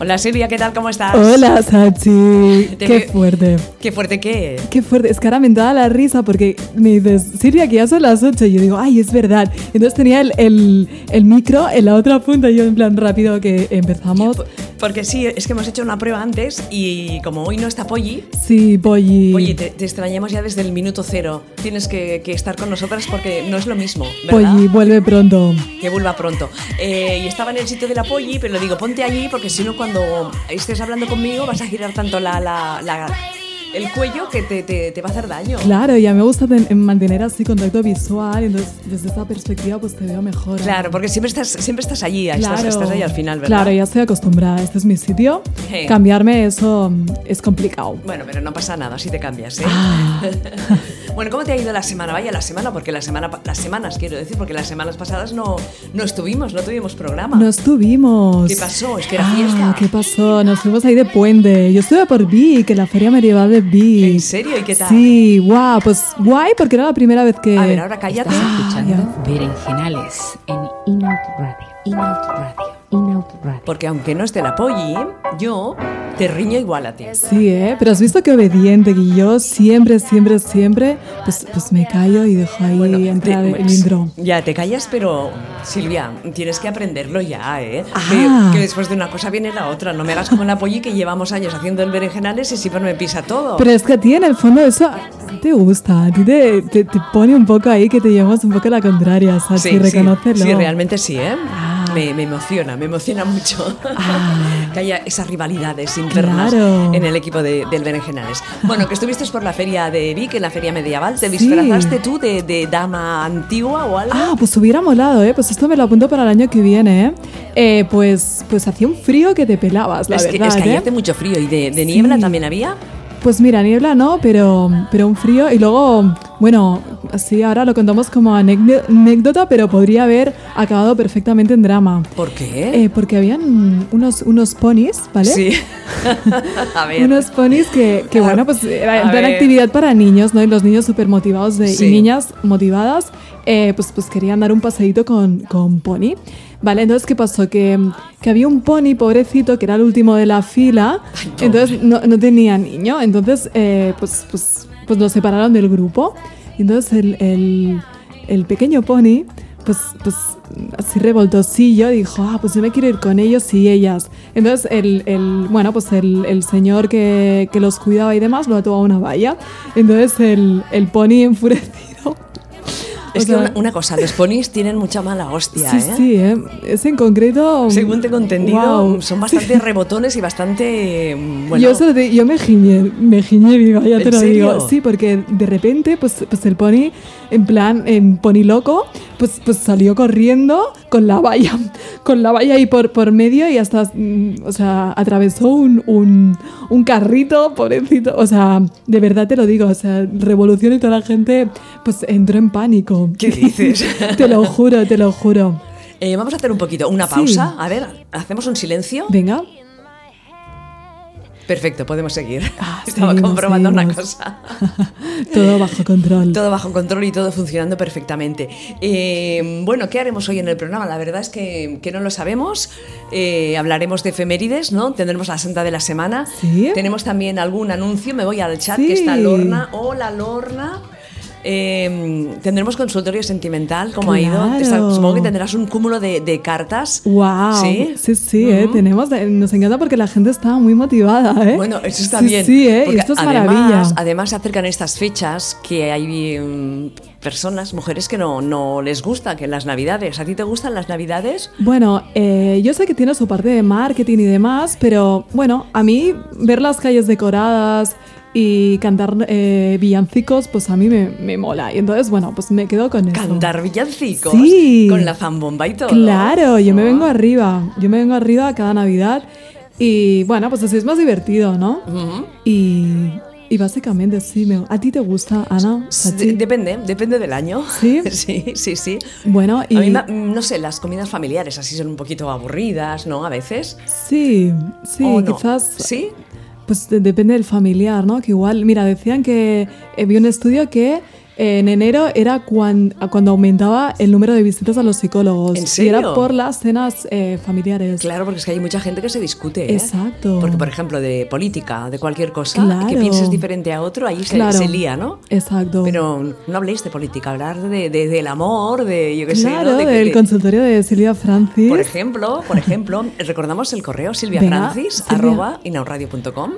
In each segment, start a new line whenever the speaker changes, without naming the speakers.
Hola Silvia, ¿qué tal? ¿Cómo estás?
Hola, Sachi.
Te
Qué
veo-
fuerte.
Qué fuerte que es.
Qué fuerte. Es que ahora me da la risa porque me dices, Silvia, que ya son las 8. Y yo digo, ay, es verdad. Entonces tenía el, el, el micro en la otra punta. Y yo, en plan, rápido que empezamos.
Porque sí, es que hemos hecho una prueba antes y como hoy no está Polly,
Sí, Polly.
Polly, te, te extrañamos ya desde el minuto cero. Tienes que, que estar con nosotras porque no es lo mismo, ¿verdad?
Polly, vuelve pronto.
Que vuelva pronto. Eh, y estaba en el sitio de la Polly, pero le digo, ponte allí porque si no cuando estés hablando conmigo vas a girar tanto la, la- la- el cuello que te, te- te va a hacer daño.
Claro, ya me gusta ten- mantener así contacto visual. Entonces, desde esa perspectiva, pues te veo mejor.
Claro, porque siempre estás, siempre estás allí, estás, estás ahí al final, ¿verdad?
Claro, ya estoy acostumbrada. Este es mi sitio.
Sí.
Cambiarme eso mm, es complicado.
Bueno, pero no pasa nada, si te cambias, ¿eh?
Ah.
bueno, ¿cómo te ha ido la semana? Vaya la semana, porque la semana, pa- las semanas, quiero decir, porque las semanas pasadas no, no estuvimos, no tuvimos programa.
No estuvimos.
¿Qué pasó? Es que era
Ah,
fiesta.
¿Qué pasó? Nos fuimos ahí de puente. Yo estuve por Vic, en la feria medieval de Vic.
¿En serio? ¿Y qué tal?
Sí, guau. pues guay, porque era la primera vez que.
A ver, ahora cállate.
escuchando
Berenjenales en Inout Radio. Inout Radio. Inout Radio.
Porque aunque no esté la Polly, yo te riño igual a ti.
Sí, ¿eh? Pero has visto qué obediente que yo siempre, siempre, siempre, pues, pues me callo y dejo ahí
Bueno, te-
entrar el
pues,
intro.
Ya, te callas, pero Silvia, tienes que aprenderlo ya, ¿eh?
Ah.
Que, que después de una cosa viene la otra. No me hagas como la Polly que llevamos años haciendo el berenjenales y siempre me pisa todo.
Pero es que a ti en el fondo eso a ti te gusta, a ti te, te- te pone un poco ahí que te llevamos un poco a la contraria, Sachi, reconócelo.
Sí, realmente sí, ¿eh?
Ah.
Me, me emociona, me emociona mucho
Ah.
que haya esas rivalidades internas
Claro.
en el equipo de- del Berenjenales. Bueno, que estuviste por la feria de Vic, en la feria medieval, ¿te
Sí.
disfrazaste tú de, de dama antigua o algo?
Ah, pues hubiera molado, ¿eh? Pues esto me lo apunto para el año que viene, ¿eh? Eh, pues, pues hacía un frío que te pelabas, la
es, que,
verdad,
es que
¿eh?
ayer hace mucho frío y de, de niebla
Sí.
también había.
Pues mira, niebla no, pero, pero un frío. Y luego, bueno, así ahora lo contamos como anécdo- anécdota, pero podría haber acabado perfectamente en drama.
¿Por qué?
Eh, porque habían unos, unos ponis, ¿vale?
Sí. A ver.
Unos ponis que, que,
A-
bueno, pues era
a
en plan
ver.
actividad para niños, ¿no? Y los niños súper motivados de,
Sí.
y niñas motivadas, eh, pues, pues querían dar un paseíto con, con pony. Vale, entonces, ¿qué pasó? Que, que había un pony pobrecito que era el último de la fila,
pobre.
entonces no, no tenía niño, entonces, eh, pues, pues, pues lo separaron del grupo. Y entonces el, el- el pequeño pony, pues, pues así revoltosillo, dijo, ah, pues yo me quiero ir con ellos y ellas. Entonces el, el- bueno, pues el, el señor que, que los cuidaba y demás lo ató a una valla. Entonces el, el pony enfurecido.
es
o
que
sea,
una, una cosa, los ponis tienen mucha mala hostia,
Sí,
¿eh?
sí, ¿eh? ese en concreto...
Según tengo entendido,
guau.
son bastante rebotones y bastante. mm, Bueno,
yo, se lo di- yo me giñé, me giñé viva, ya te
¿En
lo digo.
serio?
Sí, porque de repente, pues, pues el pony, en plan, en pony loco, pues, pues salió corriendo con la valla, con la valla ahí por, por medio y hasta, mm, o sea, atravesó un, un, un carrito, pobrecito. O sea, de verdad te lo digo, o sea, revolución y toda la gente, pues entró en pánico.
¿Qué dices?
te lo juro, te lo juro.
Eh, vamos a hacer un poquito, una
Sí.
pausa. A ver, hacemos un silencio.
Venga.
Perfecto, podemos seguir.
Ah,
Estaba
seguimos,
comprobando una
seguimos.
cosa.
Todo bajo control.
Todo bajo control y todo funcionando perfectamente. Eh, bueno, ¿qué haremos hoy en el programa? La verdad es que, que no lo sabemos. Eh, hablaremos de efemérides, ¿no? Tendremos la santa de la semana.
Sí.
Tenemos también algún anuncio. Me voy al chat
Sí.
que está Lorna. Hola, Lorna. Eh, tendremos consultorio sentimental, ¿cómo ha ido?
Claro.
Está- supongo que tendrás un cúmulo de, de cartas.
Wow.
Sí.
sí, sí, ¿eh?
Ujú.
tenemos, eh, nos encanta porque la gente está muy motivada, ¿eh?
Bueno, eso está
Sí,
bien.
Sí, ¿eh? y
porque
esto es
además,
maravilla.
Además, se acercan estas fechas que hay mm, personas, mujeres que no, no les gusta que las navidades. ¿A ti te gustan las navidades?
Bueno, eh, yo sé que tiene su parte de marketing y demás, pero bueno, a mí ver las calles decoradas y cantar eh, villancicos, pues a mí me, me mola. Y entonces, bueno, pues me quedo con eso.
Cantar villancicos
Sí.
con la zambomba y todo.
Claro, yo me vengo arriba. Yo me vengo arriba cada Navidad. Y bueno, pues así es más divertido, ¿no?
Ujú.
Y, y básicamente sí, me, ¿a ti te gusta, Ana?
S-
Sachi?
de- depende, depende del año.
¿Sí?
sí, sí, sí.
Bueno, y
A mí, ma- no sé, las comidas familiares así son un poquito aburridas, ¿no? A veces.
sí, sí,
¿O no?
quizás
¿Sí?
pues de- depende del familiar, ¿no? Que igual, mira, decían que eh, vi un estudio que en enero era cuan- a cuando aumentaba el número de visitas a los psicólogos.
¿En
Y
serio?
era por las cenas eh, familiares.
Claro, porque es que hay mucha gente que se discute. ¿eh?
Exacto.
Porque, por ejemplo, de política, de cualquier cosa, que
Claro.
pienses diferente a otro, ahí se,
Claro.
se lía, ¿no?
Exacto.
Pero no habléis de política, hablar de, de- del amor, de yo qué sé,
claro,
¿no? De-
del
de-
consultorio de Silvia Francis.
Por ejemplo, por ejemplo, recordamos el correo
Venga,
silviafrancis
Silvia.
arroba inauradio.com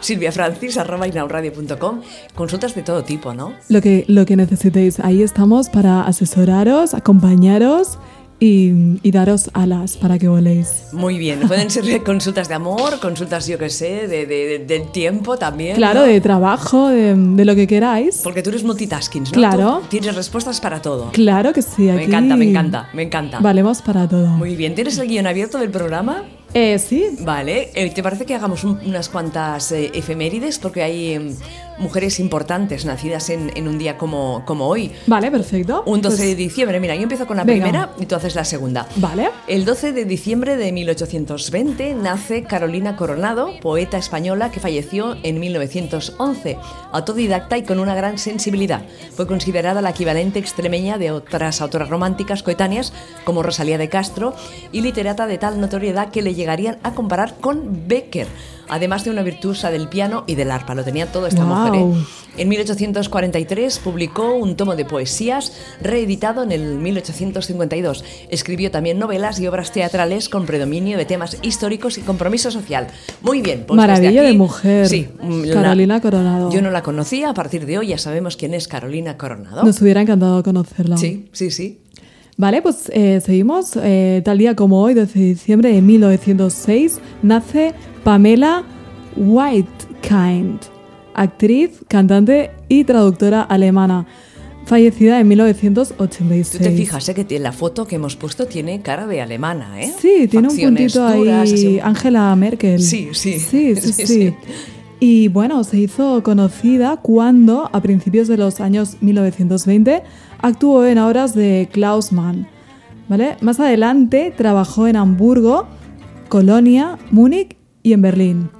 silviafrancis arroba inauradio.com Consultas de todo tipo, ¿no?
Lo que, lo que necesitéis. Ahí estamos para asesoraros, acompañaros y, y daros alas para que voléis.
Muy bien, pueden ser de consultas de amor, consultas, yo qué sé, de, de- de- del tiempo también.
Claro,
¿no?
de trabajo, de, de lo que queráis.
Porque tú eres multitasking, ¿no?
Claro.
Tú tienes respuestas para todo.
Claro que sí.
Me
aquí
encanta, me encanta, me encanta.
Valemos para todo.
Muy bien, ¿tienes el guión abierto del programa?
Eh, sí,
Vale, eh, ¿te parece que hagamos un- unas cuantas eh, efemérides? Porque hay em, mujeres importantes nacidas en, en un día como, como hoy.
vale, perfecto.
Un 12 de
Pues,
diciembre, mira, yo empiezo con la
Venga.
primera y tú haces la segunda.
Vale.
El 12 de diciembre de 1820 nace Carolina Coronado, poeta española que falleció en 1911, autodidacta y con una gran sensibilidad. Fue considerada la equivalente extremeña de otras autoras románticas coetáneas como Rosalía de Castro y literata de tal notoriedad que le llegarían a comparar con Becker, además de una virtuosa del piano y del arpa. Lo tenía todo esta
Guau.
mujer. ¿eh? En 1843 publicó un tomo de poesías reeditado en el 1852. Escribió también novelas y obras teatrales con predominio de temas históricos y compromiso social. Muy bien, pues desde
Maravilla
aquí-
de mujer.
Sí, mm, la-
Carolina Coronado.
Yo no la conocía, a partir de hoy ya sabemos quién es Carolina Coronado.
Nos hubiera encantado conocerla.
Sí, sí, sí.
Vale, pues eh, seguimos. Eh, tal día como hoy, 12 de diciembre de 1906, nace Pamela Whitekind, actriz, cantante y traductora alemana, fallecida en 1986.
Tú te fijas, ¿eh? que tiene- la foto que hemos puesto tiene cara de alemana, ¿eh?
Sí, tiene un
Facciones
puntito
duras, así
ahí.
un-
Angela Merkel.
Sí, sí.
Sí,
Sí,
sí, sí.
sí.
Y bueno, se hizo conocida cuando, a principios de los años 1920, actuó en obras de Klaus Mann. ¿vale? Más adelante trabajó en Hamburgo, Colonia, Múnich y en Berlín.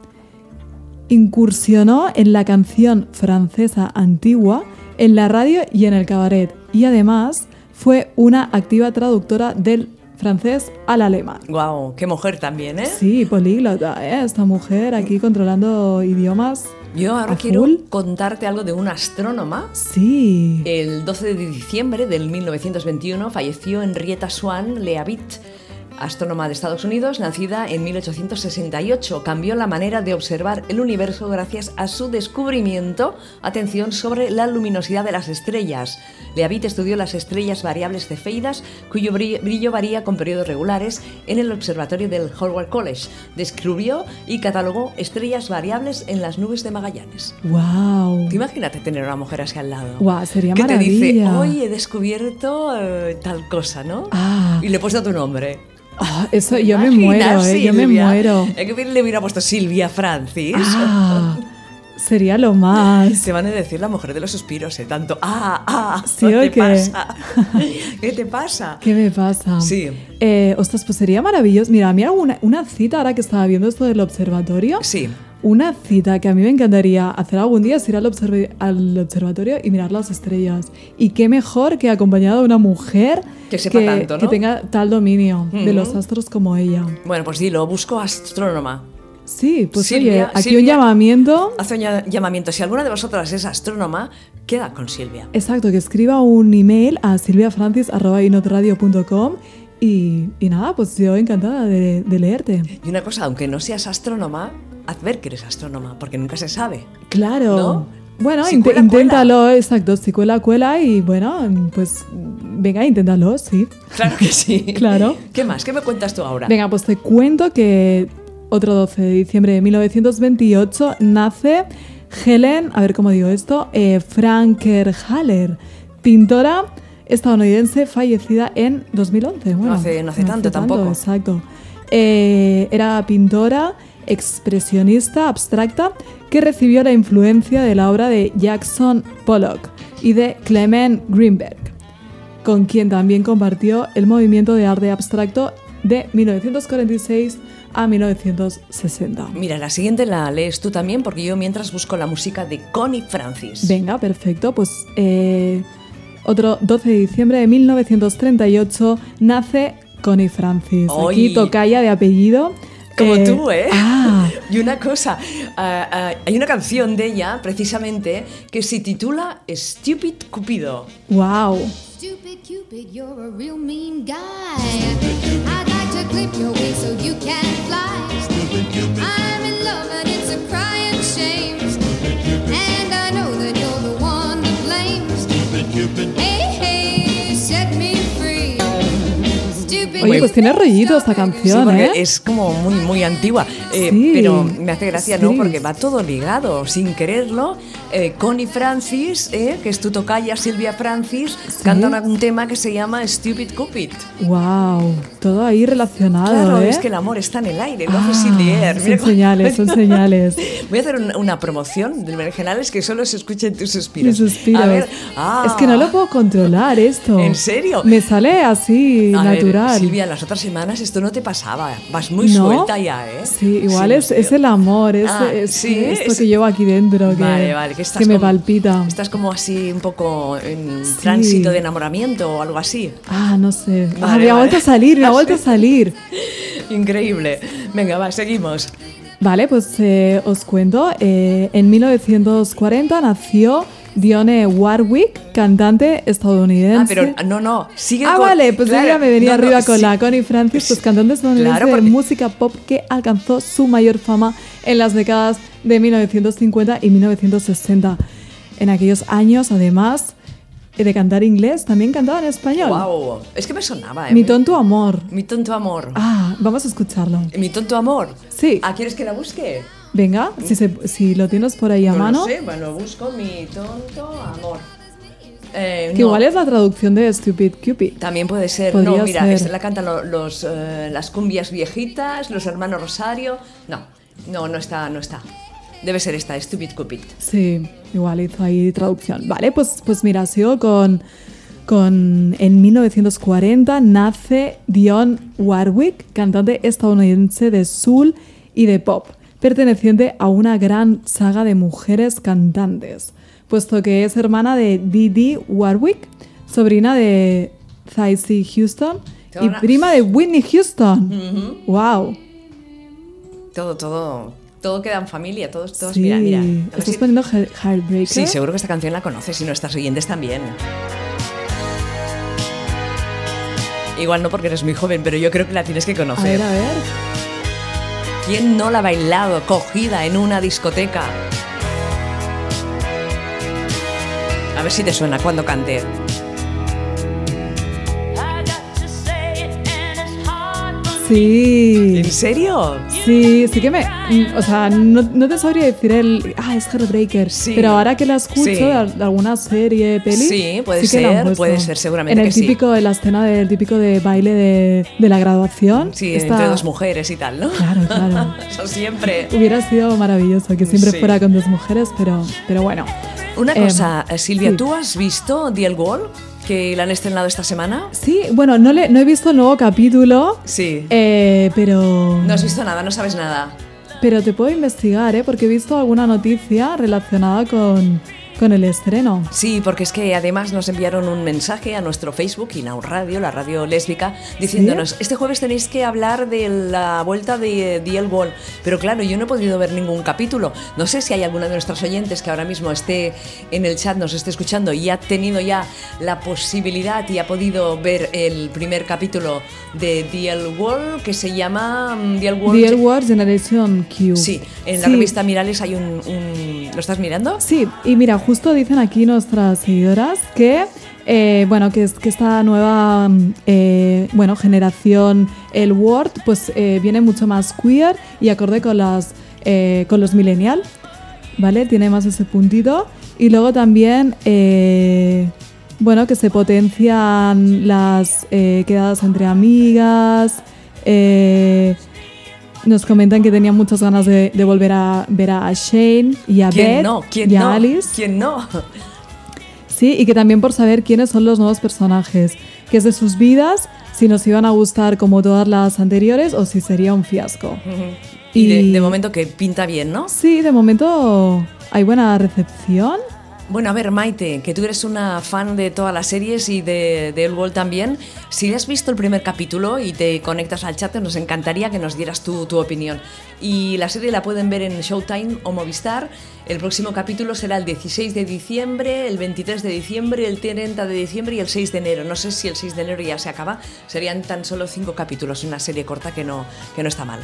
Incursionó en la canción francesa antigua, en la radio y en el cabaret. Y además fue una activa traductora del francés al alemán.
Guau, qué mujer también, ¿eh?
Sí, políglota, ¿eh? Esta mujer aquí controlando idiomas.
Yo ahora
¿A
quiero
full?
contarte algo de una astrónoma
Sí.
El 12 de diciembre del 1921 falleció Henrietta Swan Leavitt, astrónoma de Estados Unidos, nacida en 1868. Cambió la manera de observar el universo gracias a su descubrimiento, atención, sobre la luminosidad de las estrellas. Leavitt estudió las estrellas variables cefeidas, cuyo bri- brillo varía con periodos regulares, en el observatorio del Howard College. Descubrió y catalogó estrellas variables en las nubes de Magallanes.
¡Wow!
Tú Imagínate tener a una mujer así al lado.
Guau, sería
Que te dice,
maravilla.
hoy he descubierto eh, tal cosa, ¿no?
Ah.
Y le he puesto tu nombre.
Ah, eso yo me
Imagina,
muero, ¿eh? Yo me
Silvia.
muero.
Eh, que bien le hubiera puesto Silvia Francis.
Ah, sería lo más.
Se van a decir la mujer de los suspiros, ¿eh? Tanto, ah, ah,
¿Sí
¿qué
o
te
qué?
pasa? ¿Qué te pasa?
¿Qué me pasa?
Sí.
Eh, ostras, pues sería maravilloso. Mira, a mí alguna- una cita ahora que estaba viendo esto del observatorio.
Sí.
Una cita que a mí me encantaría hacer algún día es ir al, observ- al observatorio y mirar las estrellas. Y qué mejor que acompañada de una mujer
Que sepa tanto, ¿no?
que tenga tal dominio
Ujú.
de los astros como ella.
Bueno, pues dilo, busco astrónoma.
Sí, pues
Silvia-
oye, aquí un
Silvia-
llamamiento.
Hace un ll- llamamiento. Si alguna de vosotras es astrónoma, queda con Silvia.
Exacto, que escriba un email a silviafrancis.com y, y nada, pues yo encantada de, de leerte.
Y una cosa, aunque no seas astrónoma, haz ver que eres astrónoma, porque nunca se sabe.
Claro.
¿No?
Bueno,
Si
inte-
cuela, cuela.
inténtalo, exacto, si cuela, cuela y bueno, pues venga, inténtalo, sí.
Claro que sí.
Claro.
¿Qué más? ¿Qué me cuentas tú ahora?
Venga, pues te cuento que otro 12 de diciembre de 1928 nace Helen, a ver cómo digo esto, eh, Frankerhaler, pintora estadounidense fallecida en 2011. Bueno,
hace- no hace tanto tampoco.
Exacto. Eh, era pintora expresionista abstracta que recibió la influencia de la obra de Jackson Pollock y de Clement Greenberg con quien también compartió el movimiento de arte abstracto de 1946 a 1960.
Mira, la siguiente la lees tú también porque yo mientras busco la música de Connie Francis.
Venga, perfecto. Pues eh, otro 12 de diciembre de 1938 nace Connie Francis.
¡Ay!
Aquí tocaya de apellido.
Como tú, ¿eh?
Ah,
Y una cosa, ah, ah, hay una canción de ella, precisamente, que se titula Stupid Cupido.
wow.
Stupid Cupid, you're a real mean guy. I'd like to clip your wings so you can fly. Stupid Cupid, I'm in love and it's a crying shame. and I know that you're the one to blame. Stupid Cupid, hey hey, set me free. Stupid.
Oye, pues tiene rollito esta
Sí,
canción,
porque
¿eh?
es como muy, muy antigua. eh,
Sí.
Pero me hace gracia, ¿no?
Sí.
Porque va todo ligado, sin quererlo. Eh, Connie Francis, eh, que es tu tocaya, Silvia Francis, canta una- un tema que se llama Stupid Cupid.
Wow, todo ahí relacionado,
Claro,
¿eh?
es que el amor está en el aire, lo
Ah,
haces sin leer.
son
Mira cómo-
señales, son señales.
Voy a hacer un- una promoción del Berenjenales que solo se escuchen tus
Mis
suspiros.
suspiros.
A ver, ah,
Es que no lo puedo controlar esto.
¿En serio?
Me sale así,
A ver,
natural.
Silvia, las otras semanas esto no te pasaba. Vas muy
¿No?
suelta ya, ¿eh?
Sí, igual
Sí,
es,
sí.
es el amor, es,
Ah,
es-
sí,
esto
es-
que llevo aquí dentro, que,
Vale, vale, que, estás
que me
como-
palpita.
Estás como así un poco en
Sí.
tránsito de enamoramiento o algo así.
Ah, no sé. ah,
Vale,
me
vale.
ha vuelto a salir, me ha vuelto a salir.
Increíble. Venga, va, seguimos.
Vale, pues eh, os cuento. eh, en 1940 nació Dionne Warwick, cantante estadounidense.
Ah, pero no, no, sigue
Ah,
con-
vale, pues
claro,
ella me venía
no, no,
arriba con
sí.
la Connie Francis, pues cantante estadounidense
Claro,
de
porque-
música pop que alcanzó su mayor fama en las décadas de 1950 y 1960. En aquellos años, además eh, de cantar inglés, también cantaba en español.
Guau, Es que me sonaba, ¿eh?
Mi tonto amor.
Mi tonto amor.
Ah, vamos a escucharlo.
Mi tonto amor.
Sí.
¿Ah, quieres que la busque?
Venga, si, se- si lo tienes por ahí a
No lo
mano.
sé, bueno, busco mi tonto amor. Eh,
Que
no,
igual es la traducción de Stupid Cupid.
También puede ser.
Podría
no, mira,
ser.
es- la cantan lo- los, eh, las cumbias viejitas, los hermanos Rosario. No, no, no está, no está. Debe ser esta, Stupid Cupid.
Sí, igual hizo ahí traducción. Vale, pues, pues mira, sigo con, con. En 1940 nace Dionne Warwick, cantante estadounidense de soul y de pop, perteneciente a una gran saga de mujeres cantantes, puesto que es hermana de Dee Dee Warwick, sobrina de Thaisy Houston y
Tona.
prima de Whitney Houston. ¡Wow!
Todo, todo, todo queda en familia, todos, todos.
Sí,
Mira, mira. A ver
estás
si-
poniendo Heart- Heartbreaker.
Sí, seguro que esta canción la conoces y nuestras oyentes también. Igual no porque eres muy joven, pero yo creo que la tienes que
A
conocer.
ver, a ver.
¿Quién no la ha bailado cogida en una discoteca? A ver si te suena cuando cante.
Sí.
¿En serio?
Sí, sí que me. mm, O sea, no, no te sabría decir el. Ah, es Heartbreaker.
Sí.
Pero ahora que la escucho
Sí.
de, al- de alguna serie, peli.
Sí, puede
que la han
ser,
puesto.
puede ser, seguramente
En el
que sí.
típico, en la escena del típico de baile de, de la graduación.
Sí,
está-
entre dos mujeres y tal, ¿no?
Claro, claro.
Eso siempre.
Hubiera sido maravilloso que siempre
Sí.
fuera con dos mujeres, pero, pero bueno.
Una
Em,
cosa, eh, Silvia,
sí.
¿tú has visto The L Wall? Que la han estrenado esta semana.
Sí, bueno, no, le, no he visto el nuevo capítulo,
Sí.
eh, pero.
No has visto nada, no sabes nada.
Pero te puedo investigar, ¿eh? Porque he visto alguna noticia relacionada con, con el estreno.
Sí, porque es que además nos enviaron un mensaje a nuestro Facebook y a un radio, la radio lésbica, diciéndonos, este jueves tenéis que hablar de la vuelta de eh, The L Wall. Pero claro, yo no he podido ver ningún capítulo. No sé si hay alguna de nuestras oyentes que ahora mismo esté en el chat, nos esté escuchando y ha tenido ya la posibilidad y ha podido ver el primer capítulo de The L Wall, que se llama mm, The L Wall.
The L Word Generation Q.
Sí, en la
Sí,
revista Mirales hay un- un... ¿Lo estás mirando?
Sí, y mira, justo dicen aquí nuestras seguidoras que, eh, bueno, que, es- que esta nueva mm, eh, bueno, generación, el Word, pues eh, viene mucho más queer y acorde con, las, eh, con los millennial, ¿vale? Tiene más ese puntito. Y luego también, eh, bueno, que se potencian las eh, quedadas entre amigas. Eh, nos comentan que tenían muchas ganas de, de volver a ver a Shane y a
¿Quién
Beth
no? ¿Quién
y a
no?
Alice.
¿Quién no?
Sí, y que también por saber quiénes son los nuevos personajes, qué es de sus vidas, si nos iban a gustar como todas las anteriores o si sería un fiasco.
Y de, de momento que pinta bien, ¿no?
Sí, de momento hay buena recepción.
Bueno, a ver, Maite, que tú eres una fan de todas las series y de, de Wall también. Si has visto el primer capítulo y te conectas al chat, nos encantaría que nos dieras tu, tu opinión. Y la serie la pueden ver en Showtime o Movistar. El próximo capítulo será el 16 de diciembre, el 23 de diciembre, el 30 de diciembre y el 6 de enero. No sé si el 6 de enero ya se acaba. Serían tan solo cinco capítulos, una serie corta que no, que no está mal.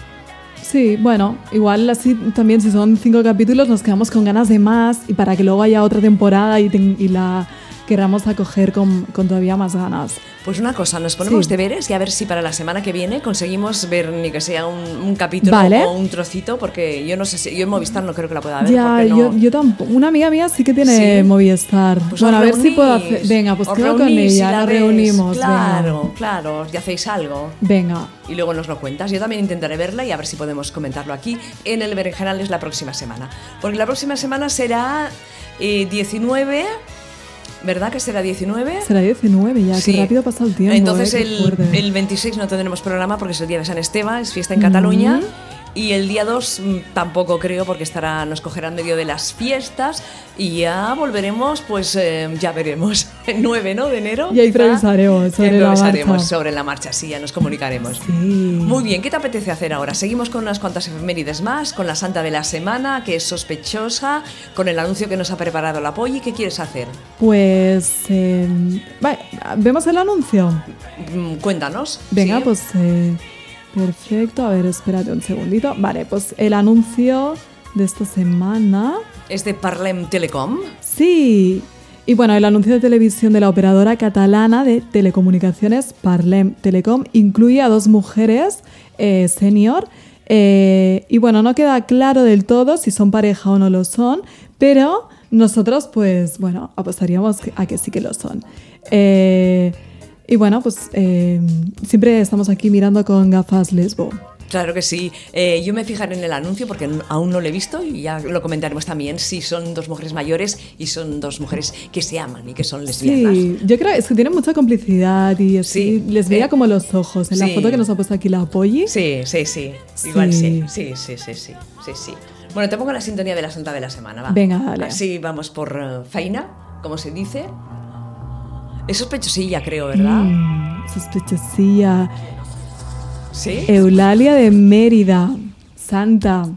Sí, bueno, igual así también si son cinco capítulos nos quedamos con ganas de más y para que luego haya otra temporada y, ten- y la queramos acoger con, con todavía más ganas.
Pues una cosa, nos ponemos
Sí.
deberes y a ver si para la semana que viene conseguimos ver ni que sea un, un capítulo
Vale.
o un trocito, porque yo no sé si. Yo en Movistar no creo que la pueda ver.
ya,
porque no-
yo, yo tampoco. Una amiga mía sí que tiene
Sí.
Movistar.
Pues
bueno, a
os
ver si puedo
reunís,
hacer... Venga, pues
os
quedo con
reunís y
ella,
la
nos
ves.
reunimos. venga.
Claro, claro, y hacéis algo.
Venga.
Y luego nos lo cuentas. Yo también intentaré verla y a ver si podemos comentarlo aquí en el Berenjenales la próxima semana. Porque la próxima semana será eh, 19, ¿verdad que será 19?
Será 19 ya,
Sí.
qué rápido pasa el tiempo.
Entonces
eh, qué
el,
fuerte.
el 26 no tendremos programa porque es el día de San Esteban, es fiesta en Cataluña. Y el día 2 mm, tampoco creo porque estará, nos cogerán medio de las fiestas y ya volveremos, pues eh, ya veremos. El 9 ¿no? de enero.
Ya
quizá.
improvisaremos
Ya
sobre la
improvisaremos
marcha.
sobre la marcha, sí, ya nos comunicaremos.
Sí.
Muy bien, ¿qué te apetece hacer ahora? Seguimos con unas cuantas efemérides más, con la Santa de la Semana, que es sospechosa, con el anuncio que nos ha preparado la Polly. ¿Qué quieres hacer?
Pues... eh, vale, ¿Vemos el anuncio?
Mm, Cuéntanos.
Venga,
¿sí?
pues eh, perfecto. A ver, espérate un segundito. Vale, pues el anuncio de esta semana.
Es de Parlem Telecom.
Sí. Y bueno, el anuncio de televisión de la operadora catalana de telecomunicaciones Parlem Telecom incluye a dos mujeres eh, senior. eh, y bueno, no queda claro del todo si son pareja o no lo son, pero nosotros pues bueno, apostaríamos que- a que sí que lo son. Eh, y bueno, pues eh, siempre estamos aquí mirando con gafas lesbo.
Claro que sí. Eh, yo me fijaré en el anuncio porque n- aún no lo he visto y ya lo comentaremos también si son dos mujeres mayores y son dos mujeres que se aman y que son lesbianas.
Sí, yo creo es que tienen mucha complicidad y así
Sí,
les veía
eh,
como los ojos en la
sí.
foto que nos ha puesto aquí la Polly.
Sí, sí, sí.
Sí.
Igual sí. Sí, sí, sí, sí, sí, sí. Bueno, te pongo la sintonía de la Santa de la Semana, va.
Venga, dale.
Así vamos por eh, faina, como se dice. Es sospechosilla, creo, ¿verdad?
Mm, sospechosilla.
Sí.
Eulalia de Mérida, Santa,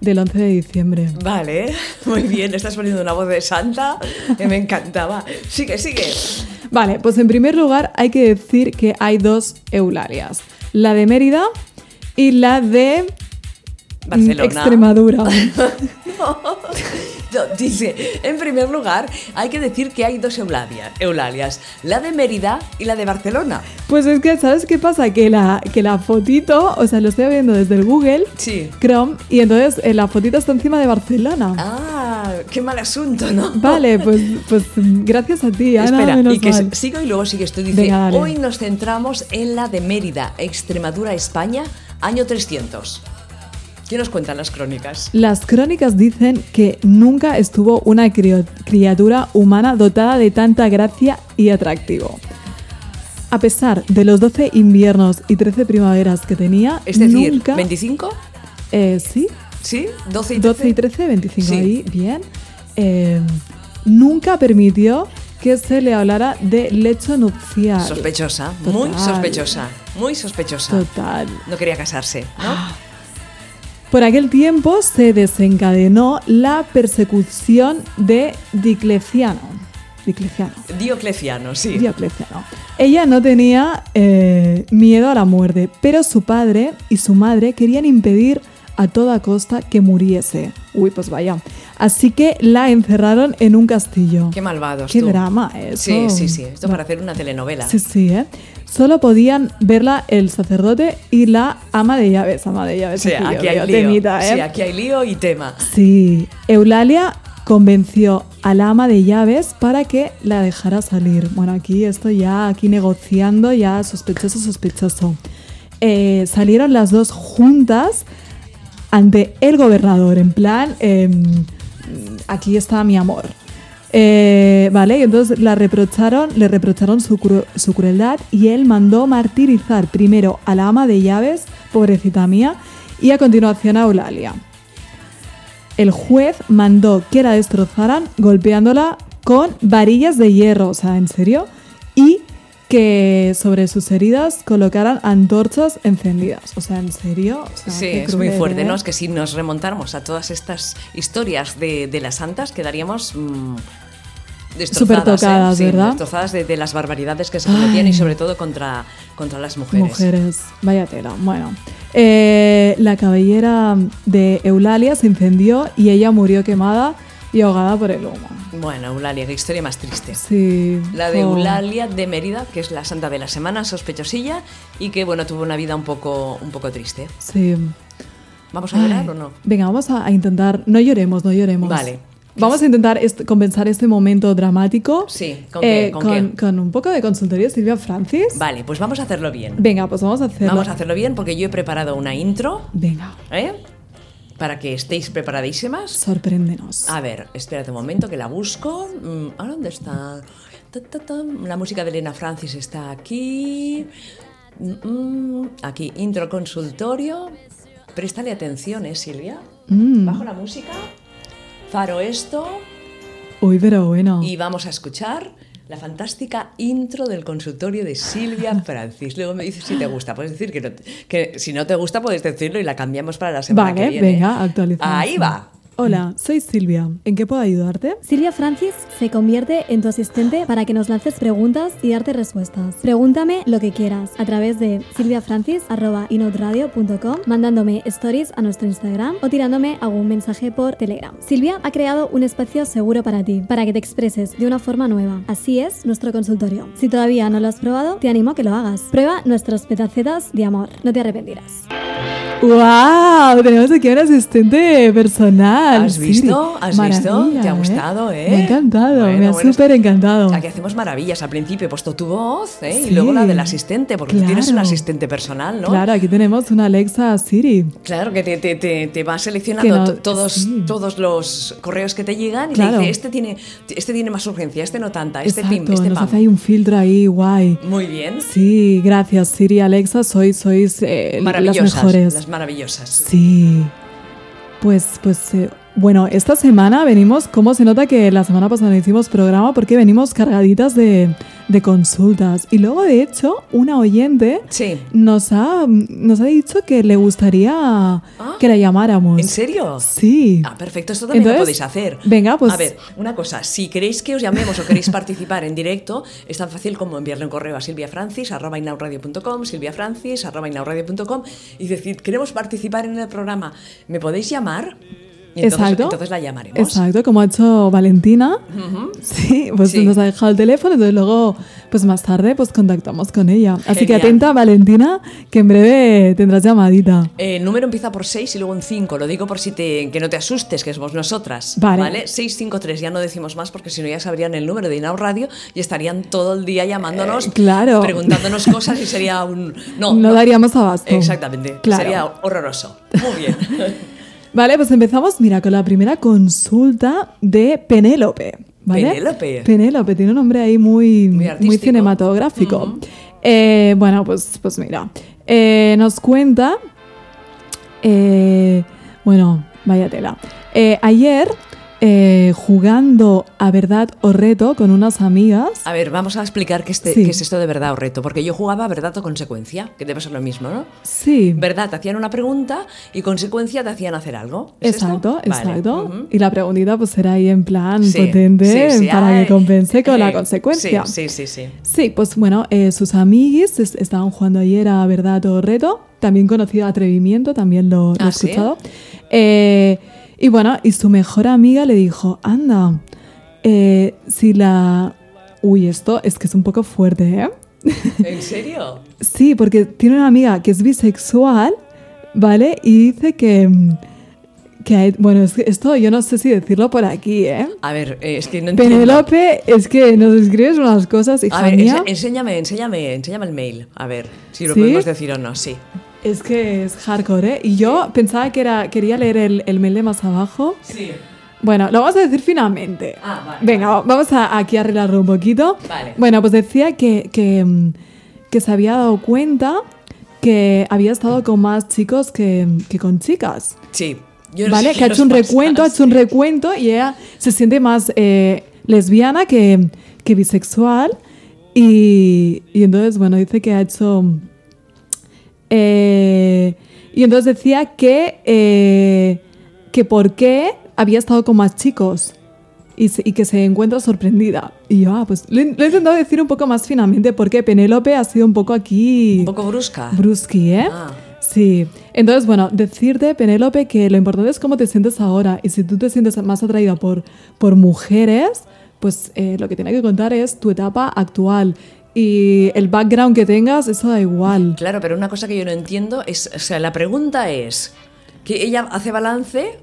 del 11 de diciembre.
Vale, muy bien, estás poniendo una voz de santa que me encantaba. Sigue, sigue.
Vale, pues en primer lugar hay que decir que hay dos Eulalias. La de Mérida y la de mm,
Barcelona.
Extremadura.
No, dice, en primer lugar, hay que decir que hay dos Eulalia- Eulalias, la de Mérida y la de Barcelona.
Pues es que, ¿sabes qué pasa? Que la, que la fotito, o sea, lo estoy viendo desde el Google
Sí.
Chrome y entonces eh, la fotito está encima de Barcelona.
Ah, qué mal asunto, ¿no?
Vale, pues, pues gracias a ti, Ana.
Espera,
menos
y que
mal.
s- sigo y luego sigues tú. Dice,
Venga, dale.
hoy nos centramos en la de Mérida, Extremadura, España, año 300. ¿Qué nos cuentan las crónicas?
Las crónicas dicen que nunca estuvo una crio- criatura humana dotada de tanta gracia y atractivo. A pesar de los 12 inviernos y 13 primaveras que tenía,
Es decir,
nunca,
25,
eh, sí,
¿sí? 12 y 13.
12 y 13, 25
Sí.
ahí, bien, eh, nunca permitió que se le hablara de lecho nupcial.
Sospechosa, muy
Total.
sospechosa, muy sospechosa.
Total.
No quería casarse,
Ah.
¿no?
Por aquel tiempo se desencadenó la persecución de Dicleciano. Dicleciano.
Diocleciano, sí.
Diocleciano. Ella no tenía eh, miedo a la muerte, pero su padre y su madre querían impedir a toda costa que muriese. Uy, pues vaya. Así que la encerraron en un castillo.
Qué malvados.
Qué
tú.
drama eso.
Sí, sí, sí. Esto para hacer una telenovela.
Sí, sí, ¿eh? Solo podían verla el sacerdote y la ama de llaves. Ama de
O
llaves.
sea,
yo
aquí
veo
hay lío.
temita, ¿eh?
Sí, aquí hay lío y tema.
Sí, Eulalia convenció a la ama de llaves para que la dejara salir. Bueno, aquí esto ya, aquí negociando, ya sospechoso, sospechoso. Eh, salieron las dos juntas ante el gobernador, en plan, em, aquí está mi amor. Eh, vale, y entonces la reprocharon, le reprocharon su, cru- su crueldad y él mandó martirizar primero a la ama de llaves, pobrecita mía, y a continuación a Eulalia. El juez mandó que la destrozaran golpeándola con varillas de hierro, o sea, en serio, y que sobre sus heridas colocaran antorchas encendidas, o sea, en serio. O sea,
Sí,
qué
es muy
cruel,
fuerte,
¿eh?
¿no? Es que si nos remontáramos a todas estas historias de, de las santas, quedaríamos mm, destrozadas, ¿eh?
tocadas,
Sí,
¿verdad?
destrozadas de, de las barbaridades que se cometían y sobre todo contra, contra las mujeres.
Mujeres, vaya tela. Bueno, Eh, la cabellera de Eulalia se incendió y ella murió quemada y ahogada por el humo.
Bueno, Eulalia, qué historia más triste.
Sí.
La de
jo.
Eulalia de Mérida, que es la santa de la semana, sospechosilla, y que bueno, tuvo una vida un poco, un poco triste.
Sí.
¿Vamos a llorar o no?
Venga, vamos a, a intentar. No lloremos, no lloremos.
Vale.
Vamos a intentar est- compensar este momento dramático.
Sí, ¿con qué?
eh,
¿Con qué?
con un poco de consultoría, Silvia Francis.
Vale, pues vamos a hacerlo bien.
Venga, pues vamos a hacerlo.
Vamos a hacerlo bien porque yo he preparado una intro,
Venga,
¿eh? Para que estéis preparadísimas.
sorpréndenos.
A ver, espérate un momento que la busco. Mm, ¿A dónde está? Ta, ta, ta. La música de Elena Francis está aquí. Mm, mm, Aquí, intro consultorio. Préstale atención, ¿eh, Silvia?
Mm.
Bajo la música, faro esto
Uy, pero bueno.
y vamos a escuchar la fantástica intro del consultorio de Silvia Francis. Luego me dices si te gusta. Puedes decir que, no te- que si no te gusta puedes decirlo y la cambiamos para la semana
Vale,
que viene.
venga, actualizamos.
Ahí va.
Hola, soy Silvia. ¿En qué puedo ayudarte?
Silvia Francis se convierte en tu asistente para que nos lances preguntas y darte respuestas. Pregúntame lo que quieras a través de silviafrancis.inoutradio.com, mandándome stories a nuestro Instagram o tirándome algún mensaje por Telegram. Silvia ha creado un espacio seguro para ti, para que te expreses de una forma nueva. Así es nuestro consultorio. Si todavía no lo has probado, te animo a que lo hagas. Prueba nuestros petacetas de amor. No te arrepentirás.
¡Wow! Tenemos aquí a un asistente personal.
¿Has
Sí,
visto? ¿Has
maravilla,
visto? ¿Te ha
¿eh?
gustado, eh?
Me ha encantado, me
Bueno,
ha
bueno,
súper encantado.
Aquí hacemos maravillas. Al principio he puesto tu voz ¿eh? y
Sí,
luego la del asistente, porque tú tienes un
claro.
asistente personal, ¿no?
Claro, aquí tenemos una Alexa Siri.
Claro, que te, te- te- te va seleccionando
Que no-
to- todos,
sí.
todos los correos que te llegan y
Claro.
te dice, este tiene, este tiene más urgencia, este no tanta, este
Exacto,
pim, este
nos
pam.
hace ahí un filtro ahí, guay.
Muy bien.
Sí, gracias Siri, Alexa, sois, sois eh, las
Maravillosas.
mejores.
las maravillosas.
Sí. Pues, pues, eh, bueno, esta semana venimos, como se nota que la semana pasada no hicimos programa porque venimos cargaditas de, de consultas. Y luego, de hecho, una oyente
Sí.
nos ha, nos ha dicho que le gustaría que la llamáramos.
Ah. ¿En serio?
Sí.
Ah, perfecto, esto también lo
Entonces,
podéis hacer.
venga, pues-
A ver, una cosa, si queréis que os llamemos o queréis participar en directo, es tan fácil como enviarle un correo a silviafrancis.com, silviafrancis.com y decir, queremos participar en el programa, ¿me podéis llamar? Y entonces,
Exacto.
entonces la llamaremos.
Exacto, como ha hecho Valentina. Sí, pues
Sí.
nos ha dejado el teléfono, entonces luego, pues más tarde, pues contactamos con ella. Así que
Genial.
atenta, Valentina, que en breve tendrás llamadita.
Eh, El número empieza por 6 y luego en 5. Lo digo por si te, que no te asustes, que somos nosotras.
Vale.
653, ya no decimos más porque si no ya sabrían el número de Inau Radio y estarían todo el día llamándonos,
Eh, claro.
preguntándonos cosas y sería un... No,
No, daríamos abasto.
Exactamente,
Claro.
sería horroroso. Muy bien.
Vale, pues empezamos, mira, con la primera consulta de Penélope. ¿vale?
Penélope.
Penélope, tiene un nombre ahí muy,
Muy
muy,
artístico.
cinematográfico. Eh, bueno, pues, pues mira, eh, nos cuenta, eh, bueno, vaya tela. Eh, ayer, eh, jugando a verdad o reto con unas amigas,
A ver, vamos a explicar qué, este-
Sí.
qué es esto de verdad o reto, porque yo jugaba verdad o consecuencia, que debe ser lo mismo, ¿no?
sí,
Verdad, te hacían una pregunta y consecuencia te hacían hacer algo. ¿Es esto?
Exacto,
Vale.
exacto.
Ujú.
Y la preguntita pues era ahí en plan
Sí,
potente
sí, sí.
para
Ay,
que compense con la
eh,
consecuencia.
Sí, sí, sí. sí.
Sí, pues bueno, eh, sus amiguis es- estaban jugando ayer a Verdad o Reto, también conocido Atrevimiento, también lo, lo
Ah,
he
¿sí?
escuchado. Eh, y bueno, y su mejor amiga le dijo, anda, eh, si la... Uy, esto es que es un poco fuerte, ¿eh?
¿En serio?
Sí, porque tiene una amiga que es bisexual, ¿vale? Y dice que... mm, que hay- bueno, es que esto yo no sé si decirlo por aquí, ¿eh?
A ver, eh, es que no entiendo.
Penélope, es que nos escribes unas cosas, hija
A ver,
mía.
ense- enséñame, enséñame, enséñame el mail. A ver, si lo
¿Sí?
podemos decir o no, sí.
Es que es hardcore, ¿eh? Y yo pensaba que era, quería leer el, el mail de más abajo,
Sí.
Bueno, lo vamos a decir finalmente.
Ah, vale,
Venga, vamos a aquí a arreglarlo un poquito.
Vale.
Bueno, pues decía que, que, mm, que se había dado cuenta que había estado con más chicos que, que con chicas.
Sí. Yo no
¿Vale?
sé
Que ha
qué
hecho un
nos
recuento, ha
pasa.
hecho un recuento y ella se siente más eh, lesbiana que, que bisexual. Y, y entonces, bueno, dice que ha hecho. eh, y entonces decía que. eh, que por qué había estado con más chicos. Y, se- y que se encuentra sorprendida. Y yo, ah, pues lo, he- lo he intentado decir un poco más finamente, porque Penélope ha sido un poco aquí.
Un poco brusca.
Brusqui, ¿eh?
Ah.
Sí. Entonces, bueno, decirte, Penélope, que lo importante es cómo te sientes ahora. Y si tú te sientes más atraída por, por mujeres, pues eh, lo que tiene que contar es tu etapa actual. Y el background que tengas, eso da igual.
Claro, pero una cosa que yo no entiendo es, o sea, la pregunta es que ella hace balance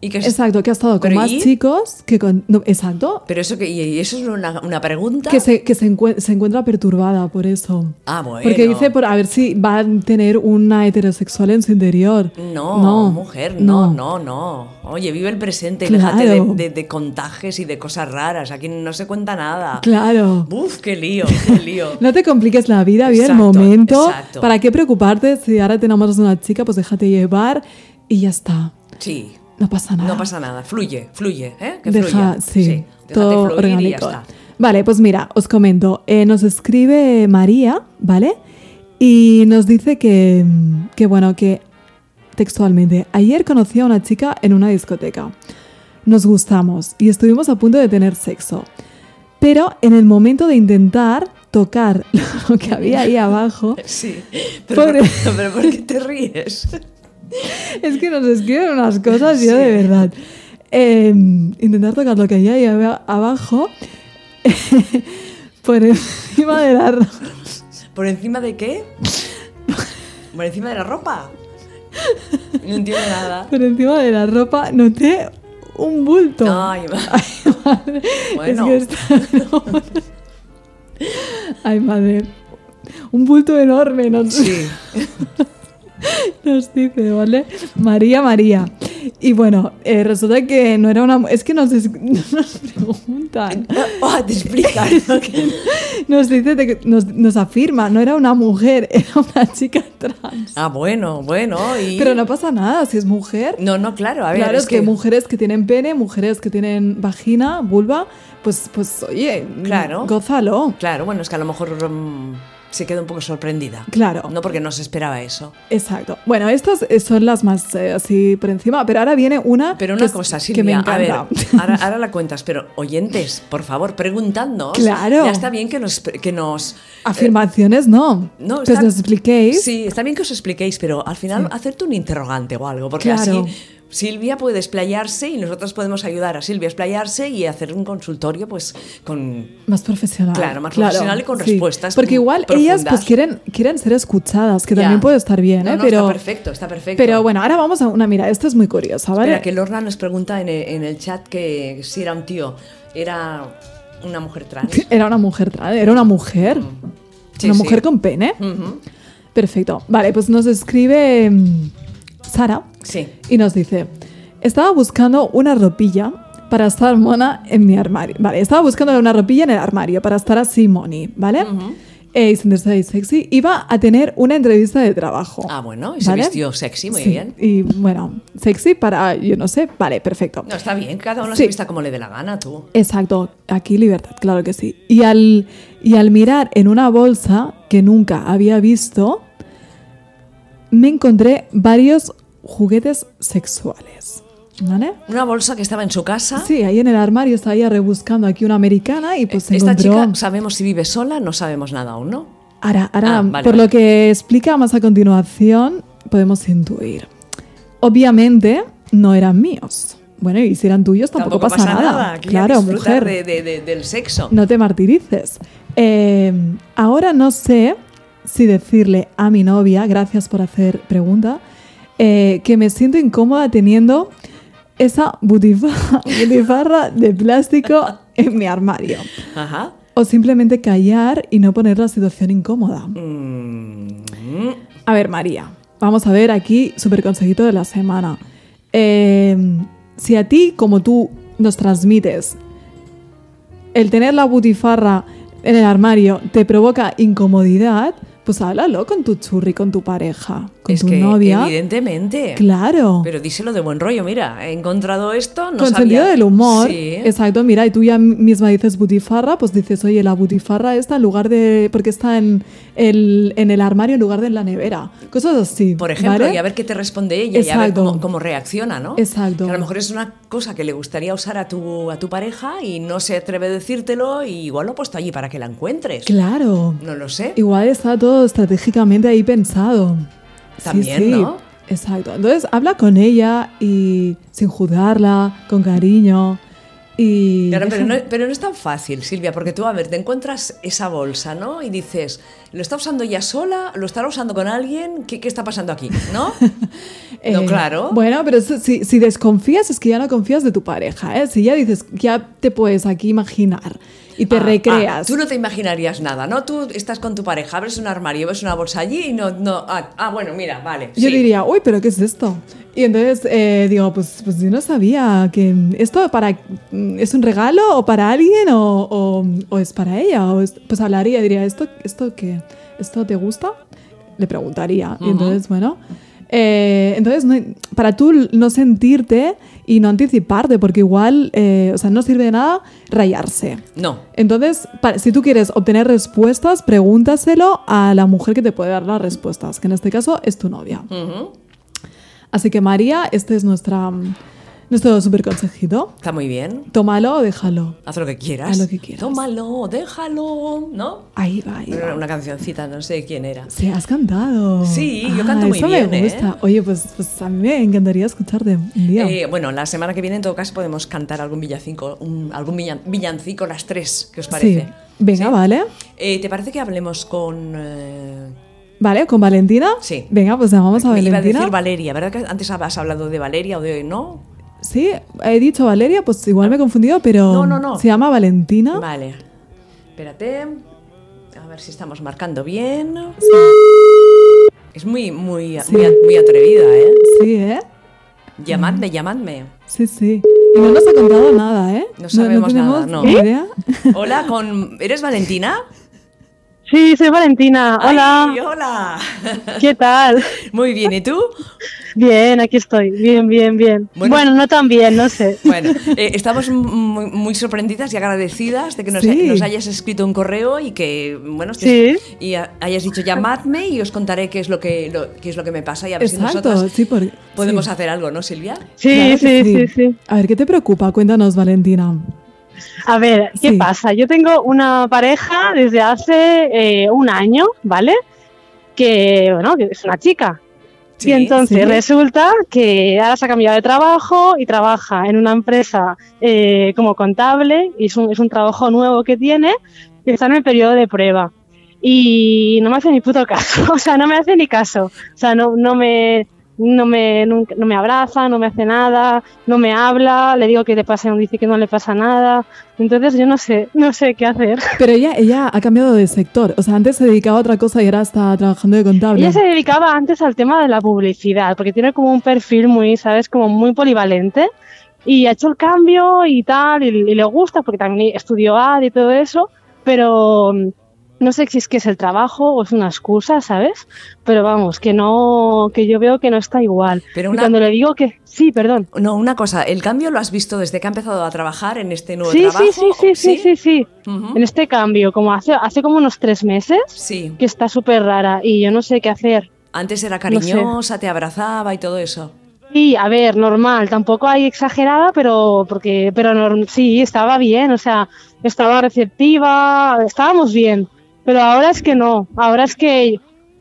y que es-
Exacto, que has estado con
Pues, Pero
más
¿y?
chicos que con... no, exacto.
Pero eso que y y eso es una, una pregunta.
Que, se, que se, encue- se encuentra perturbada por eso.
Ah, bueno.
Porque dice, por, a ver si va a tener una heterosexual en su interior.
No, mujer, no, no, no, Oye, vive el presente y déjate de,
Claro.
de- de contajes y de cosas raras. Aquí no se cuenta nada.
Claro.
Uf, qué lío, qué lío.
No te compliques la vida, vive el
Exacto,
momento.
exacto.
¿Para qué preocuparte? Si ahora te enamoras de una chica, pues déjate llevar y ya está.
Sí,
No pasa nada.
no pasa nada. Fluye, fluye, ¿eh? Que
Deja,
fluya.
sí,
déjate
todo
fluir y ya
orgánico.
está.
Vale, pues mira, os comento. Eh, nos escribe María, ¿vale? Y nos dice que, mm, que, bueno, que textualmente, ayer conocí a una chica en una discoteca. Nos gustamos y estuvimos a punto de tener sexo. Pero en el momento de intentar tocar lo que había ahí abajo,
Sí. Pero,
Pobre.
pero ¿por qué te ríes?
Es que nos escriben unas cosas, yo de verdad. Eh, intentar tocar lo que hay ahí aba- abajo por encima de la ro-
¿Por encima de qué? ¿Por encima de la ropa? No entiendo nada.
por encima de la ropa noté un bulto.
Ay, va. Ah. bueno.
Es que está- Ay, madre. Un bulto enorme, no sé.
Sí.
Nos dice, ¿vale? María, María. Y bueno, eh, resulta que no era una... mu- Es que nos, es- nos preguntan.
Ah, te explican.
Nos dice, de que- nos, nos afirma, no era una mujer, era una chica trans.
Ah, bueno, bueno. Y...
Pero no pasa nada si es mujer.
No, no, claro, a ver.
claro,
es que,
mujeres que tienen pene, mujeres que tienen vagina, vulva, pues, pues oye,
Claro.
gózalo.
Claro, bueno, es que a lo mejor mm, se queda un poco sorprendida.
Claro.
No porque no se esperaba eso.
Exacto. Bueno, estas eh, son las más eh, así por encima, pero ahora viene una,
Pero
que
una
es-
cosa, Silvia,
que me
a ver,
encanta.
ahora, ahora la cuentas, pero oyentes, por favor, preguntadnos.
Claro.
Ya está bien que nos... Que nos
Afirmaciones no.
eh, No,
pues
está-
nos expliquéis.
Sí, está bien que os expliquéis, pero al final hacerte un interrogante o algo, porque
Claro.
así Silvia puede explayarse y nosotros podemos ayudar a Silvia a explayarse y hacer un consultorio, pues con.
Más profesional.
Claro, más profesional y con respuestas mm,
Porque igual ellas pues
profundas.
quieren, quieren ser escuchadas, que
Ya.
también puede estar bien,
No,
¿eh?
no,
pero,
está perfecto, está perfecto.
Pero bueno, ahora vamos a una, mira, esto es muy curioso, ¿vale?
Espera, que Lorna nos pregunta en el, en el chat que si era un tío, era una mujer trans.
Era una mujer, tra- era una mujer.
Sí,
una
sí.
mujer con pene.
Ujú.
Perfecto. Vale, pues nos escribe mm, Sara
Sí.
y nos dice, estaba buscando una ropilla para estar mona en mi armario. Vale, estaba buscando una ropilla en el armario para estar así moni, ¿vale? Eh, y sentirse ahí sexy. Iba a tener una entrevista de trabajo.
Ah, bueno, y se
¿vale?
vistió sexy, muy
Sí,
bien.
Y bueno, sexy para, yo no sé, vale, perfecto.
No, está bien, cada uno
Sí.
se vista como le dé la gana, tú.
Exacto, aquí libertad, claro que sí. Y al, y al mirar en una bolsa que nunca había visto, me encontré varios juguetes sexuales. ¿Vale?
Una bolsa que estaba en su casa.
Sí, ahí en el armario estaba ella rebuscando aquí una americana y pues se
Eh, Esta
encontró...
chica, sabemos si vive sola, no sabemos nada aún, ¿no?
Ahora, ahora,
Ah, vale,
por
vale.
lo que explica más a continuación, podemos intuir. Obviamente no eran míos. Bueno, y si eran tuyos tampoco, pasa, nada.
aquí
claro,
a disfrutar
mujer.
de- de- de- del sexo.
No te martirices. Eh, ahora no sé si decirle a mi novia, gracias por hacer pregunta, eh, que me siento incómoda teniendo esa butifarra, butifarra de plástico en mi armario.
Ajá.
O simplemente callar y no poner la situación incómoda.
Mm,
A ver, María, vamos a ver aquí, súper consejito de la semana. Eh, si a ti, como tú nos transmites, el tener la butifarra en el armario te provoca incomodidad, pues háblalo con tu churri, con tu pareja, con
es
tu
que,
novia.
evidentemente.
Claro.
Pero díselo de buen rollo, mira, he encontrado esto, no
con
sabía.
sentido del humor.
Sí.
Exacto, mira, y tú ya misma dices butifarra, pues dices, oye, la butifarra está en lugar de. porque está en el, en el armario en lugar de en la nevera. Cosas así.
Por ejemplo,
¿vale?
y a ver qué te responde ella y a ver
Exacto.
cómo, cómo reacciona, ¿no?
Exacto.
Que a lo mejor es una cosa que le gustaría usar a tu, a tu pareja y no se atreve a decírtelo y igual lo ha puesto allí para que la encuentres.
Claro.
No lo sé.
Igual está todo estratégicamente ahí pensado. Sí,
También,
sí.
¿no?
Exacto. Entonces habla con ella y sin juzgarla, con cariño. Y
Claro, pero,
deja-
no, pero no es tan fácil, Silvia, porque tú, a ver, te encuentras esa bolsa, ¿no? Y dices, ¿lo está usando ella sola? ¿Lo estará usando con alguien? ¿Qué, qué está pasando aquí? ¿No? no,
Eh,
claro.
Bueno, pero eso- si, si desconfías es que ya no confías de tu pareja, ¿eh? Si ya dices, ya te puedes aquí imaginar y te
Ah,
recreas.
ah, tú no te imaginarías nada, ¿no? Tú estás con tu pareja, abres un armario, ves una bolsa allí y no... no ah, ah, bueno, mira, vale.
Yo
sí.
diría, uy, pero ¿qué es esto? Y entonces eh, digo, pues, pues yo no sabía que esto para, mm, es un regalo o para alguien o, o- o es para ella. O es- pues hablaría, diría, ¿esto, esto qué? ¿Esto te gusta? Le preguntaría. Y entonces, bueno. eh, entonces, no- para tú no sentirte y no anticiparte, porque igual, eh, o sea, no sirve de nada rayarse.
No.
Entonces, pa- si tú quieres obtener respuestas, pregúntaselo a la mujer que te puede dar las respuestas, que en este caso es tu novia.
Ujú.
Así que María, este es nuestra, mm, nuestro super consejito.
Está muy bien.
Tómalo o déjalo.
Haz lo que quieras.
Haz lo que quieras.
Tómalo, déjalo, ¿no?
Ahí va, ahí
Era
va.
una cancioncita, no sé quién era.
Sí, has cantado.
Sí, yo
Ah,
canto muy
eso
bien,
me
¿eh?
gusta. Oye, pues, pues a mí me encantaría escucharte un día.
Eh, bueno, la semana que viene en todo caso podemos cantar algún villancico, un- algún villan- villancico las tres, ¿qué os
sí.
parece?
Venga,
¿Sí?
vale.
Eh, ¿Te parece que hablemos con... eh,
Vale, con Valentina.
Sí.
Venga, pues llamamos a
me Iba
Valentina.
a decir Valeria, ¿verdad que antes has hablado de Valeria o de... no?
sí, he dicho Valeria, pues igual me he confundido, pero
Ah. No, no, no.
se llama Valentina.
Vale. Espérate. A ver si estamos marcando bien. Es muy, muy,
Sí.
muy, a- muy atrevida, ¿eh?
Sí, ¿eh?
Llamadme, llamadme.
Sí, sí. Y no nos ha contado nada, ¿eh?
No sabemos nada, no.
tenemos ni idea.
Hola, con... ¿eres Valentina?
Sí, soy Valentina. Hola,
Ay, hola.
¿qué tal?
Muy bien, ¿y tú?
Bien, aquí estoy. Bien, bien, bien.
Bueno.
Bueno, no tan bien, no sé.
Bueno, eh, estamos m- muy, muy sorprendidas y agradecidas de que nos,
Sí.
nos hayas escrito un correo y que, bueno,
Sí.
y ha- hayas dicho llamadme y os contaré qué es lo que, lo- qué es lo que me pasa y a ver si
Exacto,
nosotras
sí, porque.
podemos
sí.
hacer algo, ¿no, Silvia?
Sí,
Claro que
sí, sí, sí.
A ver, ¿qué te preocupa? Cuéntanos, Valentina.
A ver, ¿qué
Sí.
pasa? Yo tengo una pareja desde hace eh, un año, ¿vale? Que, bueno, que es una chica.
Sí,
y entonces
sí.
resulta que ahora se ha cambiado de trabajo y trabaja en una empresa eh, como contable y es un, es un trabajo nuevo que tiene y está en el periodo de prueba. Y no me hace ni puto caso, o sea, no me hace ni caso. O sea, no, no me... No me, nunca- no me abraza, no me hace nada, no me habla, le digo que le pasa y dice que no le pasa nada. Entonces yo no sé, no sé qué hacer.
Pero ella, ella ha cambiado de sector. O sea, antes se dedicaba a otra cosa y ahora está trabajando de contable.
Ella se dedicaba antes al tema de la publicidad, porque tiene como un perfil muy, ¿sabes? Como muy polivalente. Y ha hecho el cambio y tal, y, y le gusta, porque también estudió ad y todo eso, pero mm, no sé si es que es el trabajo o es una excusa, ¿sabes? Pero vamos, que no, que yo veo que no está igual.
Pero
Y
una-
cuando le digo que, sí, perdón.
No, una cosa, el cambio lo has visto desde que ha empezado a trabajar en este nuevo
Sí,
trabajo.
sí, sí, sí, sí, sí, sí.
Ujú.
En este cambio, como hace, hace como unos tres meses,
Sí.
que está súper rara y yo no sé qué hacer.
Antes era
No sé.
cariñosa, te abrazaba y todo eso.
Sí, a ver, normal, tampoco hay exagerada, pero porque pero norm- sí, estaba bien, o sea, estaba receptiva, estábamos bien, pero ahora es que no, ahora es que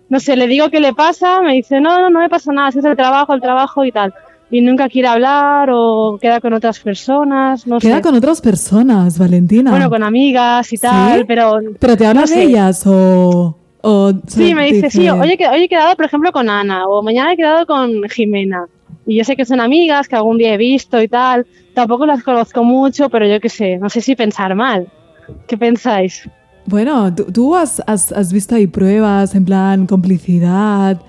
no sé, le digo que le pasa, me dice, "No, no, no me pasa nada, si es el trabajo, el trabajo y tal." Y nunca quiere hablar o queda con otras personas, no
Queda
sé.
con otras personas, Valentina.
Bueno, con amigas y
¿Sí?
tal, pero
Pero te hablas
no sé.
de ellas o. o
Sí,
solo
me
te
dice, sí, hoy he, qued- hoy he quedado, por ejemplo, con Ana, o mañana he quedado con Jimena. Y yo sé que son amigas, que algún día he visto y tal. Tampoco las conozco mucho, pero yo qué sé, no sé si pensar mal. ¿Qué pensáis?
Bueno, tú, tú has, has, has visto ahí pruebas en plan complicidad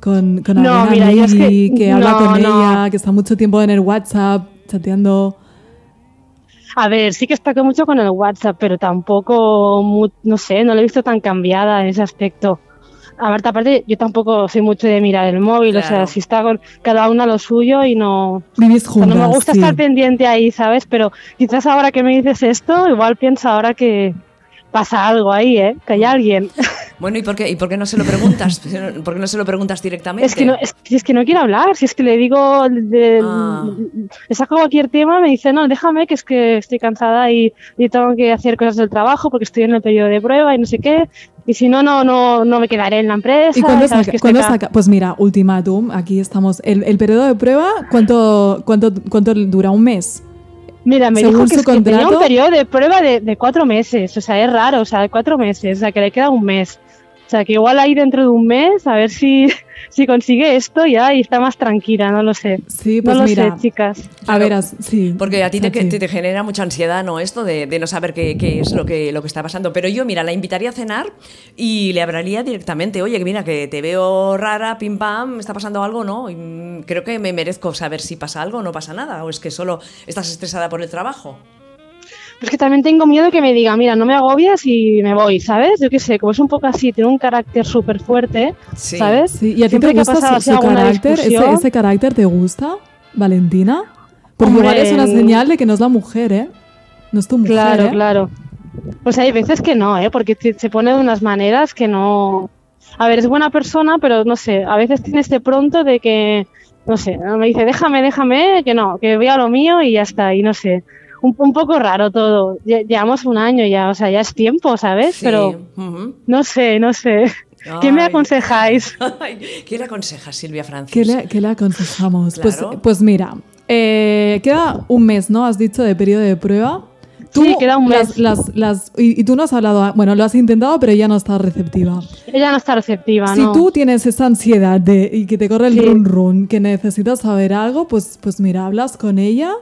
con, con
No,
alguna
mira, yo es
amigui
que-
habla
no,
con
no.
ella, que está mucho tiempo en el WhatsApp chateando.
A ver, sí que está con mucho con el WhatsApp, pero tampoco, mu- no sé, no la he visto tan cambiada en ese aspecto. A ver, aparte, yo tampoco soy mucho de mirar el móvil, o
Claro.
sea, si está con cada una lo suyo y no...
Vivís
o sea,
juntas.
no me gusta
sí.
estar pendiente ahí, ¿sabes? Pero quizás ahora que me dices esto, igual pienso ahora que pasa algo ahí, ¿eh? Que hay alguien.
Bueno, ¿y por qué, y por qué no se lo preguntas? ¿Por qué no se lo preguntas directamente?
Es que, no, es, es que no quiero hablar, si es que le digo, de,
Ah.
le saco cualquier tema, me dice, no, déjame, que es que estoy cansada y, y tengo que hacer cosas del trabajo porque estoy en el periodo de prueba y no sé qué, y si no, no, no, no me quedaré en la empresa.
¿Y cuándo
sabes
saca,
que estoy
cuándo
ca-
saca- Pues mira, ultimátum, aquí estamos. El, el periodo de prueba, ¿cuánto, cuánto, ¿cuánto dura? ¿Un mes?
Mira, me
según
dijo que,
su
es que tenía
contrato-
un periodo de prueba de, de cuatro meses, o sea, es raro, o sea, de cuatro meses, o sea, que le queda un mes. O sea, que igual ahí dentro de un mes, a ver si, si consigue esto ya y está más tranquila, no lo sé.
Sí,
No
pues
lo
mira.
sé, chicas.
A
Claro.
ver, as- sí.
Porque a ti te,
Chachi.
te- te genera mucha ansiedad, ¿no? Esto de, de no saber qué, qué es lo que, lo que está pasando. Pero yo, mira, la invitaría a cenar y le hablaría directamente. Oye, que mira, que te veo rara, pim pam, ¿me está pasando algo no? Y, mm, creo que me merezco saber si pasa algo o no pasa nada. O es que solo estás estresada por el trabajo.
Pero es que también tengo miedo que me diga, mira, no me agobias y me voy, ¿sabes? Yo qué sé, como es un poco así, tiene un carácter súper fuerte,
Sí.
¿sabes?
Sí, ¿Y a ti
Siempre
te
que ha
gusta
pasado
su, su
así alguna
carácter? ¿Ese,
discusión-
ese carácter te gusta, Valentina? Porque
Hombre,
igual es una
mm.
señal de que no es la mujer, ¿eh? No es tu mujer.
Claro,
¿eh?
claro. Pues hay veces que no, ¿eh? Porque te- se pone de unas maneras que no... A ver, es buena persona, pero no sé, a veces tiene este pronto de que, no sé, me dice, déjame, déjame, que no, que voy a lo mío y ya está, y no sé. Un, un poco raro todo. Lle- Llevamos un año ya, o sea, ya es tiempo, ¿sabes?
Sí.
Pero
Ujú.
no sé, no sé. ¿Qué me
Ay.
aconsejáis?
Ay, ¿Qué le aconsejas, Silvia Francis?
¿Qué le, qué le aconsejamos? Pues,
Claro.
pues mira, eh, queda un mes, ¿no? Has dicho de periodo de prueba.
Sí, queda un
las-
mes.
las- las- y, y tú no has hablado, a- bueno, lo has intentado, pero ya no estás receptiva.
Ella no está receptiva,
si
¿no?
tú tienes esa ansiedad de, y que te corre el
Sí.
run run, que necesitas saber algo, pues, pues mira, hablas con ella,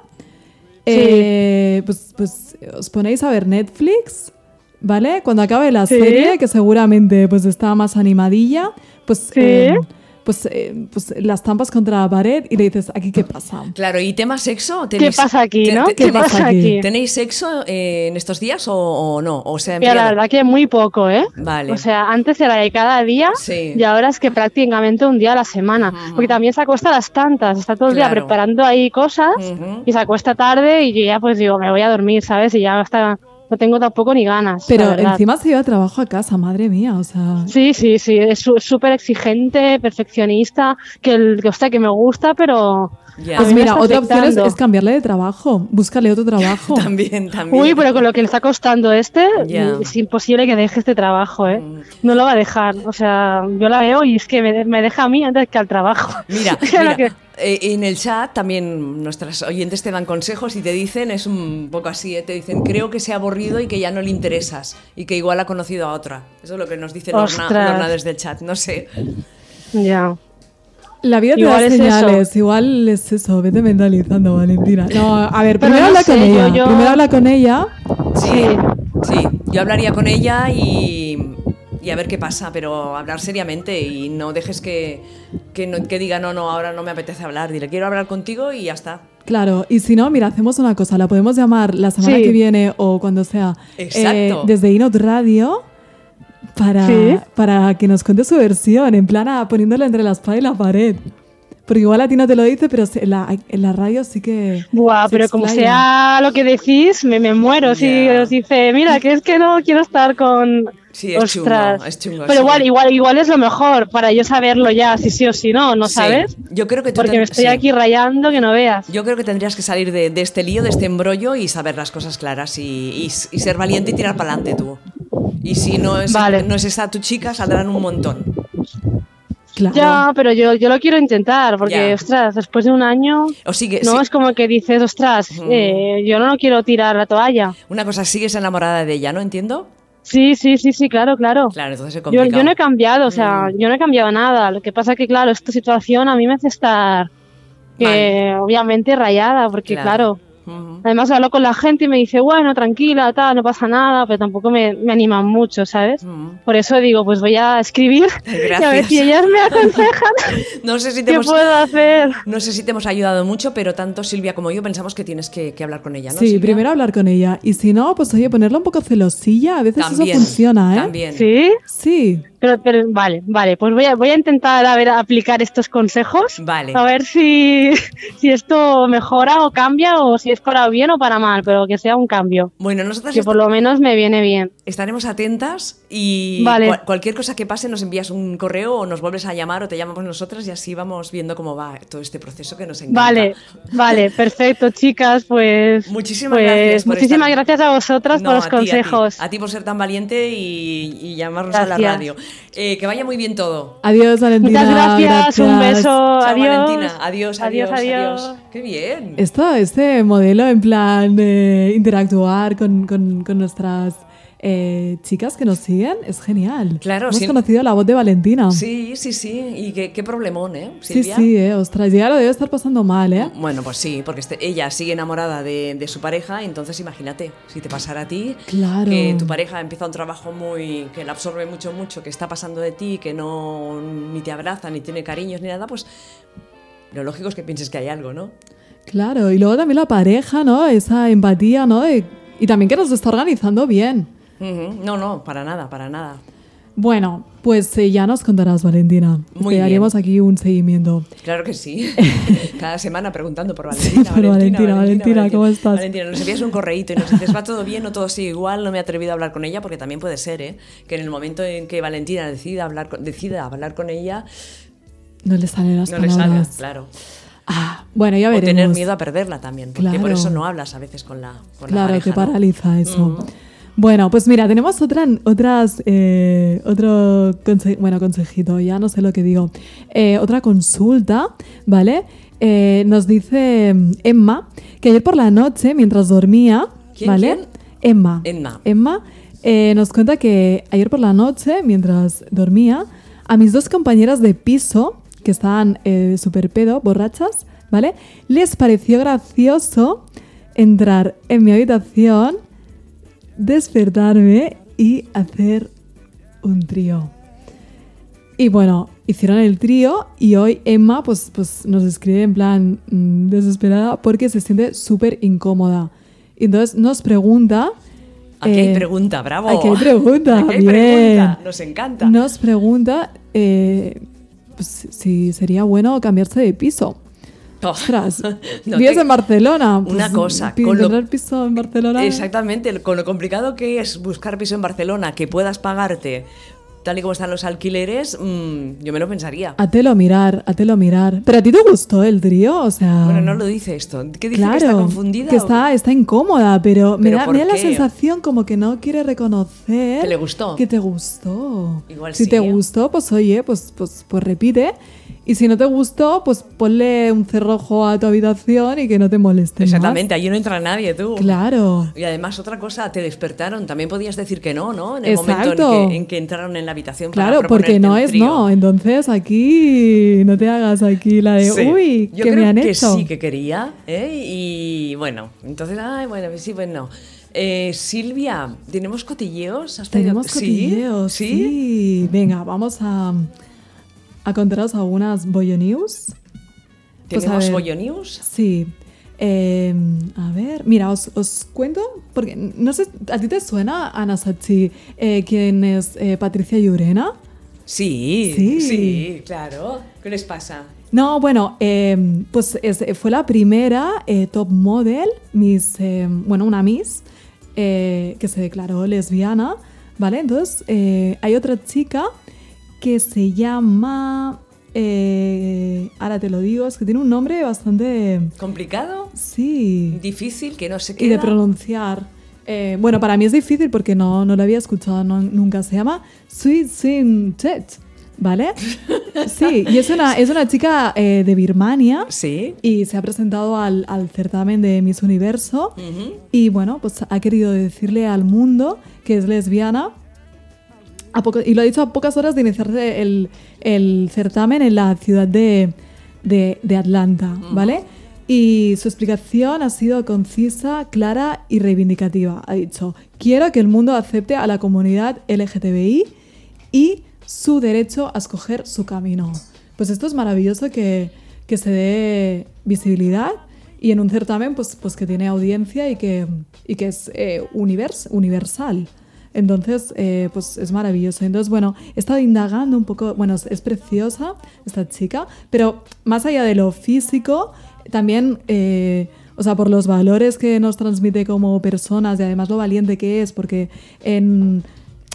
eh, pues, pues os ponéis a ver Netflix, ¿vale? Cuando acabe la
Sí.
serie, que seguramente pues está más animadilla, pues...
Sí.
eh, pues, eh, pues las tampas contra la pared y le dices, ¿aquí qué pasa?
Claro, ¿y tema sexo?
¿Qué pasa aquí,
te-
no?
te-
¿Qué
te-
pasa aquí?
¿Tenéis sexo eh, en estos días o, o no? O sea, en
Mira, la
periodo.
verdad que muy poco, ¿eh?
Vale.
O sea, antes era de cada día
Sí.
y ahora es que prácticamente un día a la semana. Porque también se acuesta a las tantas, está todo el día
Claro.
preparando ahí cosas
Ujú.
y se acuesta tarde y yo ya pues digo, me voy a dormir, ¿sabes? Y ya hasta no tengo tampoco ni ganas. la
Pero
verdad.
encima se iba a trabajo a casa, madre mía, o sea...
Sí, sí, sí, es su- súper exigente, perfeccionista, que, el, que, hostia, que me gusta, pero...
Ya.
a
Pues
mí me
mira,
está
otra opción es,
afectando.
es cambiarle de trabajo, búscale otro trabajo.
También, también.
Uy, pero con lo que le está costando este,
Ya.
es imposible que deje este trabajo, ¿eh?
Mm.
No lo va a dejar. O sea, yo la veo y es que me, me deja a mí antes que al trabajo.
Mira,
O sea, lo
mira,
que-
eh, en el chat también nuestras oyentes te dan consejos y te dicen, es un poco así, ¿eh? te dicen, creo que se ha aburrido y que ya no le interesas y que igual ha conocido a otra. Eso es lo que nos dice Lorna,
Ostras.
Lorna desde el chat, no sé.
Ya.
La vida te
Igual
da
es
señales, igual es eso, vete mentalizando, Valentina. No, a ver,
Pero
primero
no
habla
sé,
con
yo-
ella,
yo-
primero habla con ella.
Sí, sí, yo hablaría con ella y, y a ver qué pasa, pero hablar seriamente y no dejes que, que, no- que diga, no, no, ahora no me apetece hablar, dile, quiero hablar contigo y ya está.
Claro, y si no, mira, hacemos una cosa, la podemos llamar la semana
Sí.
que viene o cuando sea eh,
Exacto.
desde Inot Radio para,
Sí.
para que nos cuente su versión, en plan a- poniéndola entre la espada y la pared. Porque igual a ti no te lo dice, pero se- en la, en la radio sí que...
Buah,
se
pero como
explaya.
sea lo que decís, me, me muero. Si
Ya.
os dice, mira, que es que no quiero estar con.
Sí, es
Ostras.
chungo, es chungo.
Pero
sí.
igual, igual, igual es lo mejor para yo saberlo ya, si sí o si no, ¿no
Sí,
sabes?
Yo creo que tú
Porque
ten-
me estoy
sí.
aquí rayando que no veas.
Yo creo que tendrías que salir de, de este lío, de este embrollo y saber las cosas claras y, y- y ser valiente y tirar para adelante tú. Y si no es,
Vale.
no es esa tu chica, saldrán un montón.
Claro.
Ya, pero yo, yo lo quiero intentar, porque,
Ya.
ostras, después de un año,
O sigue,
no
si-
es como que dices, ostras,
Mm.
eh, yo no, no quiero tirar la toalla.
Una cosa, sigues enamorada de ella, ¿no? ¿Entiendo?
Sí, sí, sí, sí, claro, claro.
Claro, entonces es
Yo,
complicado. Mm.
yo no he cambiado, o sea, yo no he cambiado nada. Lo que pasa que, claro, esta situación a mí me hace estar, que, eh, obviamente, rayada, porque,
Claro.
claro,
Ujú.
Además hablo con la gente y me dice, bueno, tranquila, tal, no pasa nada, pero tampoco me, me animan mucho, ¿sabes?
Ujú.
Por eso digo, pues voy a escribir y a ver
Mm.
si
Gracias.
ellas me aconsejan
No sé, si te
qué
hemos,
puedo hacer.
no sé si te hemos ayudado mucho, pero tanto Silvia como yo pensamos que tienes que, que hablar con ella, ¿no?
Sí,
Silvia?
primero hablar con ella. Y si no, pues oye, ponerla un poco celosilla. A veces
También,
eso funciona, ¿eh?
También.
¿Sí?
Sí.
Pero, pero vale, vale, pues voy a, voy a intentar a ver, aplicar estos consejos.
Vale.
A ver si, si esto mejora o cambia o si es para bien o para mal, pero que sea un cambio.
Bueno, nosotras
Que
est-
por lo menos me viene bien.
estaremos atentas y
Vale.
cual- cualquier cosa que pase nos envías un correo o nos vuelves a llamar o te llamamos nosotras y así vamos viendo cómo va todo este proceso que nos encanta.
Vale, vale, perfecto, chicas, pues...
Muchísimas
pues,
gracias por
muchísimas
estar-
gracias a vosotras
No,
por los
a ti, a ti.
consejos.
a ti, por ser tan valiente y, y llamarnos a la
Gracias.
radio. Eh, que vaya muy bien todo.
Adiós, Valentina.
Muchas gracias, un
gracias.
beso,
Chao,
Oh, adiós.
Valentina. Adiós, adiós, adiós,
Adiós,
Qué bien.
Esto, este modelo en plan de interactuar con, con- con nuestras eh, chicas que nos siguen es genial.
Claro,
Hemos
sí.
conocido la voz de Valentina.
Sí, sí, sí. Y qué, qué problemón, ¿eh?
sí,
Silvia?
sí, eh, ostras, ya lo debe estar pasando mal, ¿eh?
Bueno, pues sí, porque este- ella sigue enamorada de, de su pareja, entonces imagínate, si te pasara a ti,
Claro.
que tu pareja empieza un trabajo muy que la absorbe mucho, mucho, que está pasando de ti, que no ni te abraza, ni tiene cariños, ni nada, pues lo lógico es que pienses que hay algo, ¿no?
Claro, y luego también la pareja, ¿no? Esa empatía, ¿no? De- y también que nos está organizando bien.
Ujú. No, no, para nada, para nada.
Bueno, pues eh, ya nos contarás, Valentina.
Muy
Te
bien.
haremos aquí un seguimiento.
Claro que sí. Cada semana preguntando por Valentina.
por Valentina, Valentina, ¿cómo estás?
Valentina, nos envías un correíto y nos dices, va todo bien o todo sigue igual, no me he atrevido a hablar con ella, porque también puede ser, ¿eh? Que en el momento en que Valentina decida hablar con, decida hablar con ella,
No le salen las
no le
palabras.
salga, claro.
Ah, bueno, ya
O
veremos.
tener miedo a perderla también, porque por
Claro.
eso no hablas a veces con la, con
Claro,
la pareja.
te
¿no?
paraliza eso. Bueno, pues mira, tenemos otra, otras, eh, otro conse- bueno, consejito, ya no sé lo que digo. Eh, otra consulta, ¿vale? Eh, nos dice mm, Emma que ayer por la noche, mientras dormía,
¿Quién,
¿vale?
quién?
Emma.
Emma.
Emma eh, nos cuenta que ayer por la noche, mientras dormía, a mis dos compañeras de piso, que estaban eh, súper pedo, borrachas, ¿vale? Les pareció gracioso entrar en mi habitación, despertarme y hacer un trío. Y bueno, hicieron el trío y hoy Emma pues, pues nos escribe en plan mm, desesperada porque se siente súper incómoda. Y entonces nos pregunta...
Aquí hay
eh,
pregunta, bravo.
Aquí hay pregunta,
Aquí hay
bien.
pregunta, nos encanta.
Nos pregunta eh, pues, si sería bueno cambiarse de piso.
Oh,
Ostras,
no
vives
te-
en Barcelona. pues,
Una cosa,
pi-
con lo-
encontrar piso en Barcelona.
Exactamente, el- con lo complicado que es buscar piso en Barcelona, que puedas pagarte tal y como están los alquileres, mm, yo me lo pensaría.
Hátelo mirar, hátelo mirar. Pero a ti te gustó el trío, o sea.
Bueno, no lo dice esto. ¿Qué dice?
claro,
¿Que está confundida?
que
o
está, está incómoda, pero, me
¿Pero
da,
por
me da la
qué?
sensación como que no quiere reconocer
Que le gustó.
que te gustó.
Igual
si
sí,
te
¿eh?
gustó, pues oye, pues, pues, pues repite. Y si no te gustó, pues ponle un cerrojo a tu habitación y que no te moleste. más.
Exactamente, allí no entra nadie tú.
Claro.
Y además, otra cosa, te despertaron. También podías decir que no, ¿no? En el momento
Exacto.
en que, en que entraron en la habitación. para
Claro, porque
proponerte
no
el
es
trío.
no. Entonces aquí no te hagas aquí la de
Sí.
uy,
Yo
que
creo
me han
que
hecho.
sí que quería, ¿eh? Y bueno, entonces, ay, bueno, sí, pues no. Eh, Silvia, ¿tenemos cotilleos? ¿Has traído-
Tenemos
¿Sí?
cotilleos,
¿Sí?
¿Sí? Venga, vamos a, a contaros algunas Boyo News. Pues a
¿Tenemos
ver.
Goyo News?
Sí. Eh, a ver, mira, os, os cuento, porque no sé, ¿a ti te suena, Ana Sachi, eh, quién es eh, Patricia Llorena?
Sí, sí,
Sí.
claro. ¿Qué les pasa?
No, bueno, eh, pues es- fue la primera eh, top model, Miss, eh, bueno, una Miss, eh, que se declaró lesbiana, ¿vale? Entonces, eh, hay otra chica que se llama, eh, ahora te lo digo, es que tiene un nombre bastante,
¿Complicado?
sí,
¿Difícil? ¿Que no se queda?
y de pronunciar. Eh, bueno, para mí es difícil porque no, no lo había escuchado no- nunca. Se llama Sweet Sin Chet, ¿vale? Sí, y es una, es una chica eh, de Birmania
Sí.
y se ha presentado al, al certamen de Miss Universo
Ujú.
y bueno, pues ha querido decirle al mundo que es lesbiana a poco- y lo ha dicho a pocas horas de iniciarse el, el certamen en la ciudad de, de- de Atlanta, ¿vale? Y su explicación ha sido concisa, clara y reivindicativa. Ha dicho, quiero que el mundo acepte a la comunidad LGTBI y su derecho a escoger su camino. Pues esto es maravilloso que, que se dé visibilidad y en un certamen pues, pues que tiene audiencia y que, y que es eh, univers- universal. Entonces, eh, pues es maravilloso. Entonces, bueno, he estado indagando un poco, bueno, es, es preciosa esta chica, pero más allá de lo físico, también, eh, o sea, por los valores que nos transmite como personas y además lo valiente que es, porque en,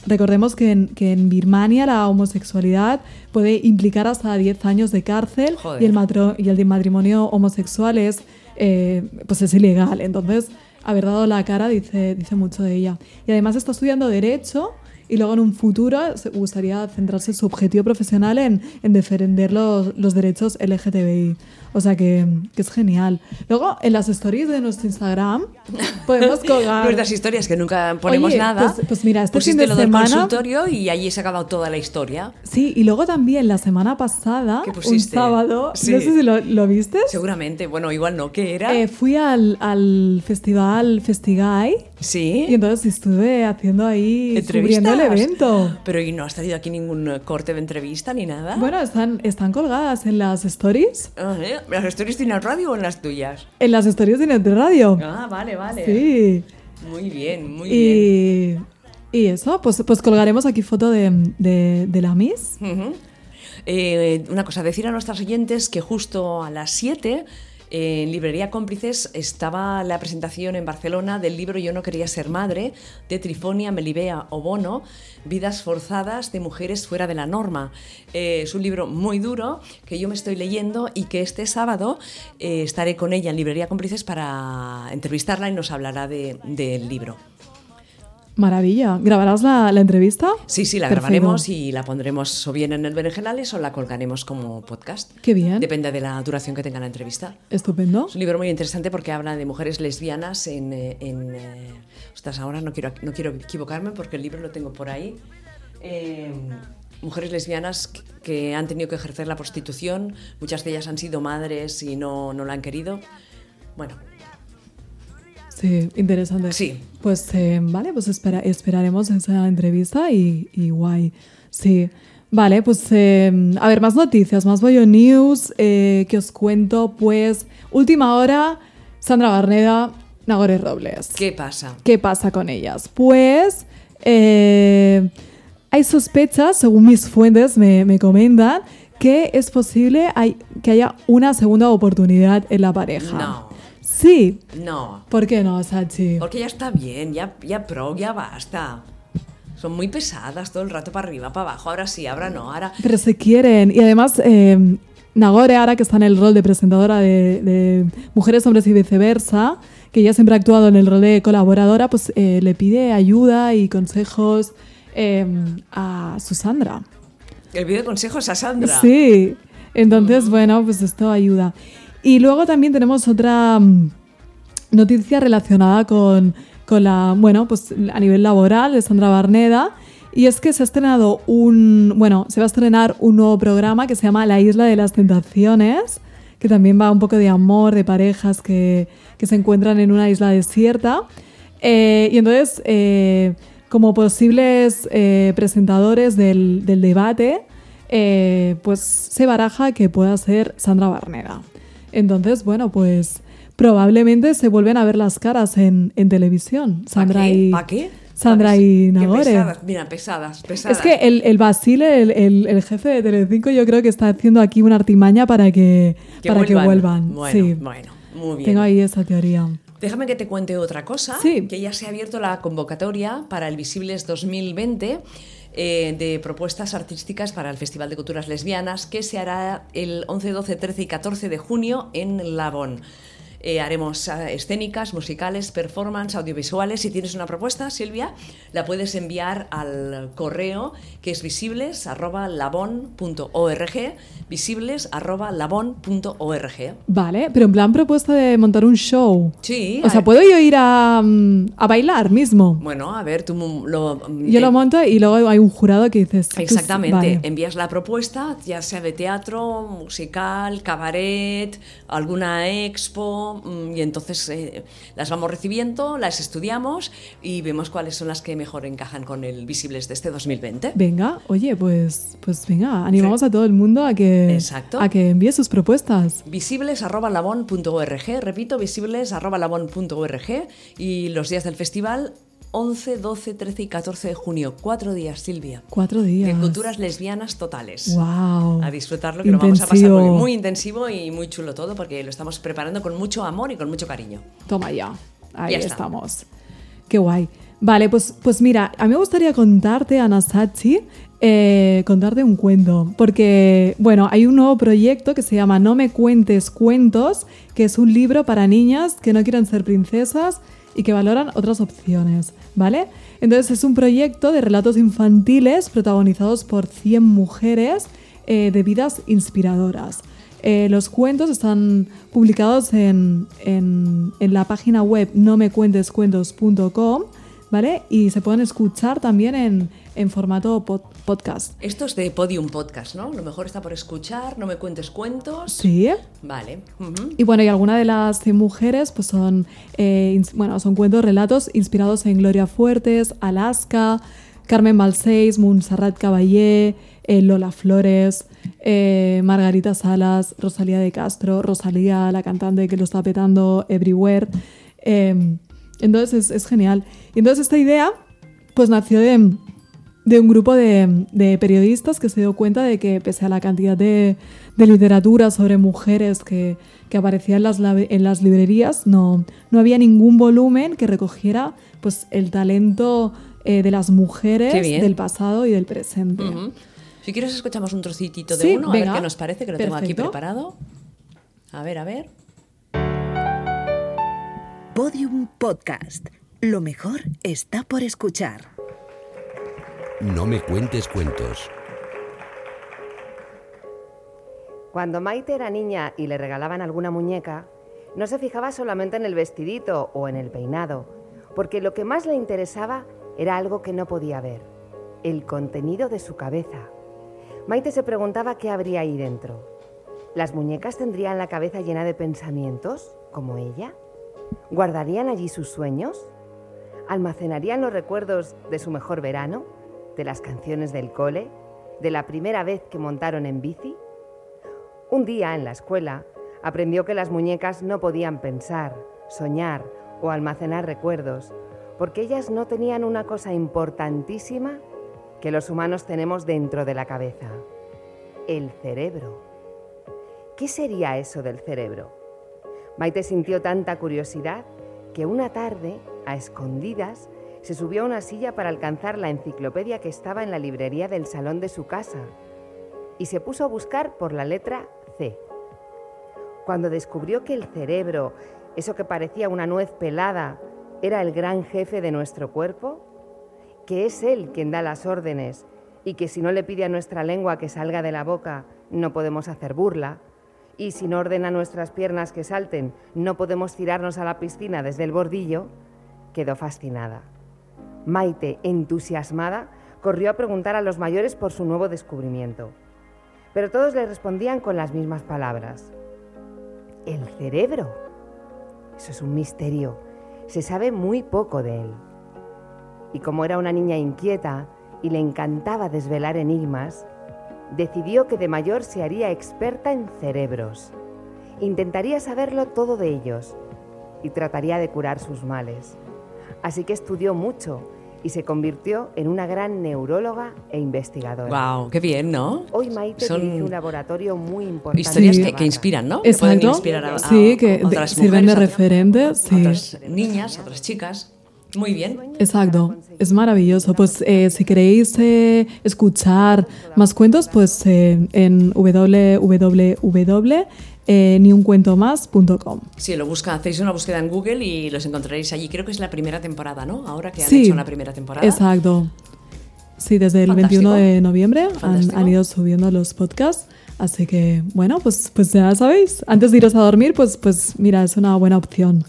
recordemos que en, que en Birmania la homosexualidad puede implicar hasta 10 años de cárcel
Joder.
y el, matro- y el de matrimonio homosexual es, eh, pues es ilegal. Entonces, haber dado la cara dice, dice mucho de ella. Y además está estudiando Derecho y luego en un futuro se gustaría centrarse su objetivo profesional en, en defender los, los derechos LGTBI. O sea que, que es genial. Luego, en las stories de nuestro Instagram podemos colgar...
Nuestras historias que nunca ponemos
Oye,
nada.
pues- pues mira, este
pusiste
fin de
lo del
semana-
consultorio y allí se ha acabado toda la historia.
Sí, y luego también la semana pasada,
¿Qué
un
pusiste?
sábado,
Sí.
no sé si lo, lo viste.
Seguramente, bueno, igual no, ¿qué era?
Eh, fui al, al festival Festigai y
sí.
entonces estuve haciendo ahí,
¿Entrevistas?
cubriendo el evento.
Pero y no has traído aquí ningún eh, corte de entrevista ni nada.
Bueno, están, están colgadas en las stories,
Ah, ¿eh? ¿Las historias de una radio o en las tuyas?
en las stories de Net Radio.
Ah, vale, vale.
Sí.
Muy bien, muy bien.
Y, y eso, pues, pues colgaremos aquí foto de, de, de la Miss.
Ujú. Eh, una cosa, decir a nuestras oyentes que justo a las 7 eh, en Librería Cómplices estaba la presentación en Barcelona del libro Yo no quería ser madre de Trifonia Melibea Obono, Vidas forzadas de mujeres fuera de la norma. Eh, es un libro muy duro que yo me estoy leyendo y que este sábado eh, estaré con ella en Librería Cómplices para entrevistarla y nos hablará de- del libro.
Maravilla. ¿Grabarás la, la entrevista?
Sí, sí, la
Perfecto.
grabaremos y la pondremos o bien en el Berenjenales o la colgaremos como podcast.
Qué bien.
Depende de la duración que tenga la entrevista.
Estupendo.
Es un libro muy interesante porque habla de mujeres lesbianas en... eh, en, eh, ostras, ahora no quiero, no quiero equivocarme porque el libro lo tengo por ahí. Eh, mujeres lesbianas que- que han tenido que ejercer la prostitución. Muchas de ellas han sido madres y no, no la han querido. Bueno,
Sí, interesante.
Sí.
Pues eh, vale, pues espera, esperaremos esa entrevista y, y guay. Sí. Vale, pues eh, a ver, más noticias, más Bollo News eh, que os cuento. Pues, última hora, Sandra Barneda, Nagore Robles.
¿qué pasa?
¿Qué pasa con ellas? Pues eh, hay sospechas, según mis fuentes me, me comentan, que es posible hay- que haya una segunda oportunidad en la pareja.
No.
Sí.
No,
¿Por qué no, Sachi?
Porque ya está bien, ya, ya pro, ya basta. Son muy pesadas todo el rato para arriba, para abajo. Ahora sí, ahora no, ahora.
Pero se quieren. Y además, eh, Nagore, ahora que está en el rol de presentadora de, de Mujeres, Hombres y Viceversa, que ya siempre ha actuado en el rol de colaboradora, pues eh, le pide ayuda y consejos eh, a Susandra.
El vídeo de consejos a Sandra.
Sí. Entonces, bueno, pues esto ayuda. Y luego también tenemos otra mm, noticia relacionada con, con la, bueno, pues a nivel laboral de Sandra Barneda. Y es que se ha estrenado un, bueno, se va a estrenar un nuevo programa que se llama La Isla de las Tentaciones, que también va un poco de amor, de parejas que, que se encuentran en una isla desierta. Eh, y entonces, eh, como posibles eh, presentadores del, del debate, eh, pues se baraja que pueda ser Sandra Barneda. Entonces, bueno, pues probablemente se vuelven a ver las caras en, en televisión. Sandra
¿Para qué?
y.
¿Para qué?
Sandra y
Qué
Nagore.
pesadas, mira, pesadas, pesadas.
Es que el, el Basile, el, el- el jefe de Telecinco, yo creo que está haciendo aquí una artimaña para que, para que vuelvan.
Bueno,
sí.
bueno, muy bien.
Tengo ahí esa teoría.
Déjame que te cuente otra cosa,
Sí.
que ya se ha abierto la convocatoria para el Visibles 2020 eh, de propuestas artísticas para el Festival de Culturas Lesbianas, que se hará el 11, 12, 13 y 14 de junio en Labón. Eh, haremos eh, escénicas, musicales, performance, audiovisuales. Si tienes una propuesta, Silvia, la puedes enviar al correo que es visibles.labon.org, visibles.labon.org.
Vale, pero en plan propuesta de montar un show.
Sí,
O
a-
sea, ¿puedo yo ir a, mm, a bailar mismo?
Bueno, a ver, tú mm, lo... mm,
Yo
eh,
lo monto y luego hay un jurado que dices... tú-
Exactamente,
vale.
envías la propuesta, ya sea de teatro, musical, cabaret, alguna expo, mm, y entonces eh, las vamos recibiendo, las estudiamos y vemos cuáles son las que mejor encajan con el Visibles de este 2020.
Venga, oye, pues, pues venga, animamos a todo el mundo a que,
Exacto.
a que envíe sus propuestas.
visibles.labón.org, repito, visibles.labón.org y los días del festival 11, 12, 13 y 14 de junio, cuatro días, Silvia,
Cuatro días.
de culturas lesbianas totales.
Wow.
a disfrutarlo, que lo vamos a pasar
Intensivo.
muy, muy intensivo y muy chulo todo, porque lo estamos preparando con mucho amor y con mucho cariño.
Toma ya. Ahí
Ya está.
estamos. Qué guay. Vale, pues, pues mira, a mí me gustaría contarte, Anasachi, eh, contarte un cuento. Porque, bueno, hay un nuevo proyecto que se llama No me cuentes cuentos, que es un libro para niñas que no quieren ser princesas y que valoran otras opciones, ¿vale? Entonces es un proyecto de relatos infantiles protagonizados por 100 mujeres eh, de vidas inspiradoras. Eh, los cuentos están publicados en, en- en la página web nomecuentescuentos.com, ¿vale? Y se pueden escuchar también en, en formato pod- podcast.
Esto es de Podium Podcast, ¿no? Lo mejor está por escuchar, no me cuentes cuentos.
Sí.
Vale. ujú.
Y bueno, y algunas de las eh, mujeres pues son, eh, ins- bueno, son cuentos, relatos inspirados en Gloria Fuertes, Alaska, Carmen Balseis, Montserrat Caballé, eh, Lola Flores, eh, Margarita Salas, Rosalía de Castro, Rosalía, la cantante que lo está petando everywhere. Eh, entonces es, es genial. Y entonces esta idea pues nació de, de un grupo de, de periodistas que se dio cuenta de que pese a la cantidad de, de literatura sobre mujeres que, que aparecía en las, lab- en las librerías, no, no había ningún volumen que recogiera pues, el talento eh, de las mujeres
Qué bien.
del pasado y del presente.
Ujú. Si quieres escuchamos un trocitito de
Sí,
uno, a
venga.
ver qué nos parece, que lo tengo aquí
Perfecto.
preparado. A ver, a ver.
Podium Podcast. Lo mejor está por escuchar.
No me cuentes cuentos.
Cuando Maite era niña y le regalaban alguna muñeca, no se fijaba solamente en el vestidito o en el peinado, porque lo que más le interesaba era algo que no podía ver, el contenido de su cabeza. Maite se preguntaba qué habría ahí dentro. ¿Las muñecas tendrían la cabeza llena de pensamientos, como ella? ¿Guardarían allí sus sueños? ¿Almacenarían los recuerdos de su mejor verano? ¿De las canciones del cole? ¿De la primera vez que montaron en bici? Un día en la escuela aprendió que las muñecas no podían pensar, soñar o almacenar recuerdos, porque ellas no tenían una cosa importantísima que los humanos tenemos dentro de la cabeza, el cerebro. ¿Qué sería eso del cerebro? Maite sintió tanta curiosidad que una tarde, a escondidas, se subió a una silla para alcanzar la enciclopedia que estaba en la librería del salón de su casa y se puso a buscar por la letra C. Cuando descubrió que el cerebro, eso que parecía una nuez pelada, era el gran jefe de nuestro cuerpo, que es él quien da las órdenes y que si no le pide a nuestra lengua que salga de la boca, no podemos hacer burla, y si no ordena a nuestras piernas que salten, no podemos tirarnos a la piscina desde el bordillo, quedó fascinada. Maite, entusiasmada, corrió a preguntar a los mayores por su nuevo descubrimiento. Pero todos le respondían con las mismas palabras. El cerebro. Eso es un misterio. Se sabe muy poco de él. Y como era una niña inquieta y le encantaba desvelar enigmas, decidió que de mayor se haría experta en cerebros. Intentaría saberlo todo de ellos y trataría de curar sus males. Así que estudió mucho y se convirtió en una gran neuróloga e investigadora.
Wow, qué bien, ¿no?
Hoy Maite
Son
dirige un laboratorio muy importante.
Historias
Sí.
que, que inspiran, ¿no? Que pueden
Exacto.
inspirar a, a-
sí, que
a otras
de- sirven de
mujeres, a otras-
referente.
a
Sí.
otras niñas, a otras chicas. Muy bien.
Exacto, es maravilloso. Pues eh, si queréis eh, escuchar más cuentos, pues eh, en eh, www.niuncuentomas.com.
Si lo busca, hacéis una búsqueda en Google y los encontraréis allí. Creo que es la primera temporada, ¿no? Ahora que han
Sí.
hecho una primera temporada.
Exacto. Sí, desde el
Fantástico.
21 de noviembre han,
Fantástico.
han ido subiendo los podcasts. Así que, bueno, pues, pues ya sabéis. Antes de iros a dormir, pues, pues mira, es una buena opción.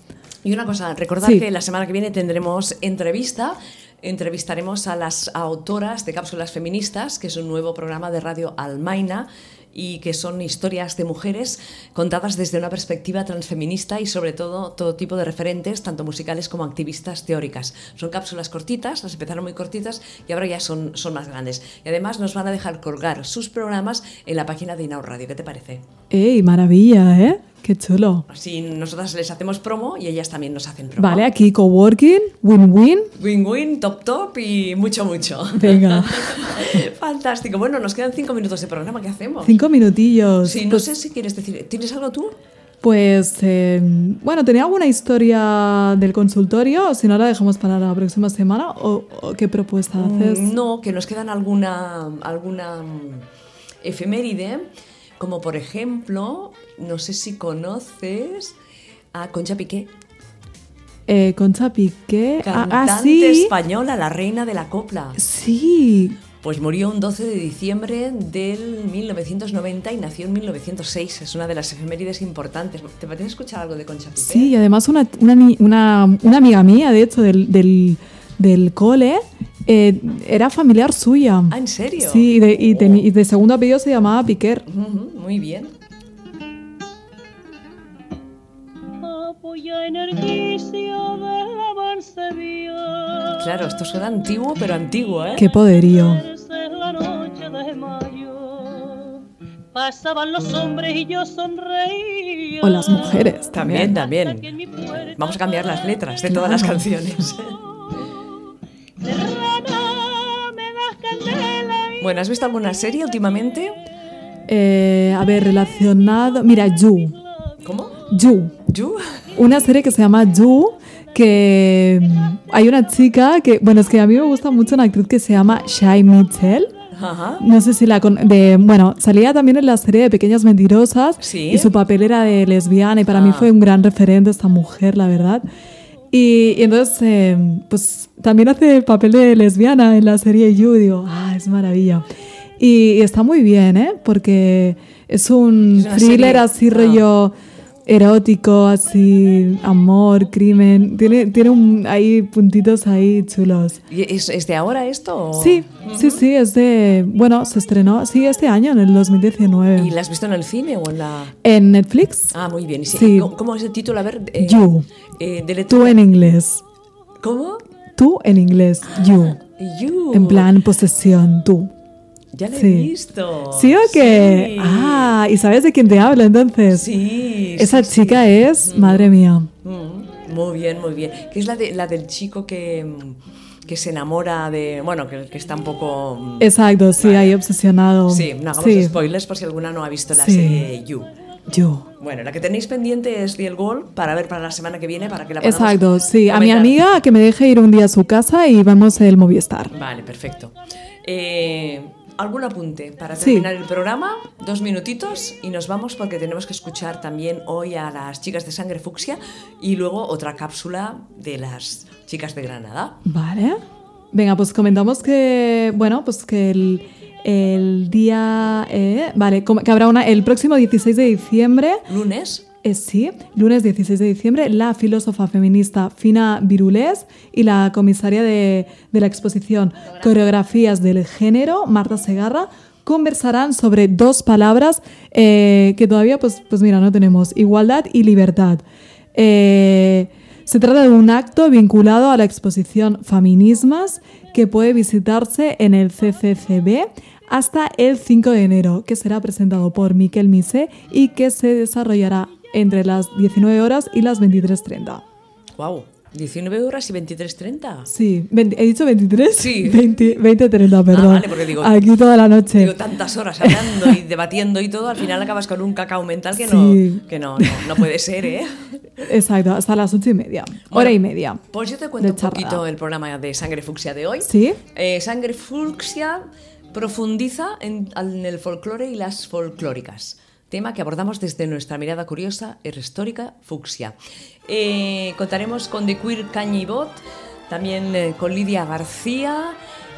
Y una cosa, recordad
Sí.
que la semana que viene tendremos entrevista. Entrevistaremos a las autoras de Cápsulas Feministas, que es un nuevo programa de radio Almaina y que son historias de mujeres contadas desde una perspectiva transfeminista y sobre todo todo tipo de referentes, tanto musicales como activistas teóricas. Son cápsulas cortitas, las empezaron muy cortitas y ahora ya son, son más grandes. Y además nos van a dejar colgar sus programas en la página de Inau Radio. ¿Qué te parece?
¡Ey, maravilla, eh! ¡Qué chulo!
Así nosotras les hacemos promo y ellas también nos hacen promo.
Vale, aquí coworking, win-win.
Win-win, top top y mucho, mucho.
Venga,
Fantástico. Bueno, nos quedan cinco minutos de programa. ¿Qué hacemos?
cinco minutillos.
Sí, no
pues,
sé si quieres decir. ¿Tienes algo tú?
pues, eh, bueno, ¿tenía alguna historia del consultorio? Si no, la dejamos para la próxima semana. ¿O, o qué propuesta haces?
Mm, No, que nos quedan alguna, alguna mm, efeméride. Como por ejemplo, no sé si conoces a Concha Piqué,
Eh, Concha Piqué. Ah,
cantante
ah, sí.
española, la reina de la copla.
Sí.
Pues murió un 12 de diciembre del 1990 y nació en 1906. Es una de las efemérides importantes. ¿Te parece escuchar algo de Concha Piqué?
Sí, y además una, una, ni- una- una amiga mía, de hecho, del, del, del cole, eh, era familiar suya.
Ah, ¿en serio?
Sí, y de, y teni- y de segundo apellido se llamaba Piquer.
Ujú, Muy bien. Claro, esto suena antiguo, pero antiguo, ¿eh?
Qué poderío. O las mujeres
También,
también.
también. Vamos a cambiar las letras de todas las
Claro.
canciones. Bueno, ¿has visto alguna serie últimamente?
Eh, a ver, relacionado. Mira, You.
¿Cómo?
You.
¿You?
una serie que se llama You, que mm, hay una chica que, bueno, es que a mí me gusta mucho una actriz que se llama Shai Mitchell.
Ajá.
No sé si la con de bueno salía también en la serie de Pequeñas Mentirosas
Sí.
y su papel era de lesbiana y para mí
Ah.
fue un gran referente esta mujer la verdad y, y entonces eh, pues también hace el papel de lesbiana en la serie You digo ah es maravilla y, y está muy bien eh porque es un
Es una
thriller
serie.
así
Ah.
rollo erótico así amor crimen tiene tiene un, ahí puntitos ahí chulos
¿Y ¿Es, es de ahora esto? o-
Sí, sí, sí, es de. Bueno, se estrenó, sí, este año, en el
¿Y
2019.
la has visto en el cine o en la...?
En Netflix,
Ah, muy bien. ¿Y si-
Sí.
¿cómo, cómo es el título? A ver... eh,
You.
eh, dele-
tú en inglés.
¿Cómo?
Tú en inglés, you.
Ah. You.
En plan, posesión, tú.
Ya lo he
sí.
visto.
¿Sí o qué?
Sí.
Ah, ¿y sabes de quién te hablo entonces?
Sí.
Esa
sí, sí.
chica es, madre mía.
Mm, muy bien, muy bien. Que es la, de, la del chico que, mm, que se enamora de. Bueno, que, que está un poco. mm,
Exacto, sí,
Vale.
ahí obsesionado.
Sí, no hagamos
Sí,
spoilers por si alguna no ha visto la
Sí.
serie You.
You.
Bueno, la que tenéis pendiente es The Goal para ver para la semana que viene, para que la podamos
Exacto, sí. A mi
comentar.
amiga que me deje ir un día a su casa y vamos el Movistar.
Vale, perfecto. Eh, ¿Algún apunte para
Sí.
terminar el programa? Dos minutitos y nos vamos porque tenemos que escuchar también hoy a las chicas de sangre fucsia y luego otra cápsula de las chicas de Granada.
Vale. Venga, pues comentamos que, bueno, pues que el, el día, eh, vale, com- que habrá una, el próximo 16 de diciembre,
Lunes.
eh, sí, lunes 16 de diciembre, la filósofa feminista Fina Virulés y la comisaria de, de la exposición Coreografías del Género, Marta Segarra, conversarán sobre dos palabras eh, que todavía, pues, pues mira, no tenemos, igualdad y libertad. Eh, se trata de un acto vinculado a la exposición Feminismas que puede visitarse en el CCCB hasta el 5 de enero, que será presentado por Miquel Misé y que se desarrollará entre las 19 horas y las 23.30.
¡Guau! 19 euros y 23.30.
Sí, 20 ¿he dicho 23?
Sí. Ah,
20, 20, 30, perdón.
vale, porque digo-
Aquí toda la noche.
Digo, tantas horas hablando y debatiendo y todo, al final acabas con un cacao mental que no,
Sí.
que no, no, no puede ser, ¿eh?
Exacto, hasta las ocho y media. hora
Bueno,
y media.
Pues yo te cuento un
de charla.
poquito el programa de Sangre Fucsia de hoy.
Sí.
Eh, Sangre Fucsia profundiza en, en el folclore y las folclóricas. Tema que abordamos desde nuestra mirada curiosa y histórica fucsia. Eh, contaremos con The Queer Cañibot, también eh, con Lidia García.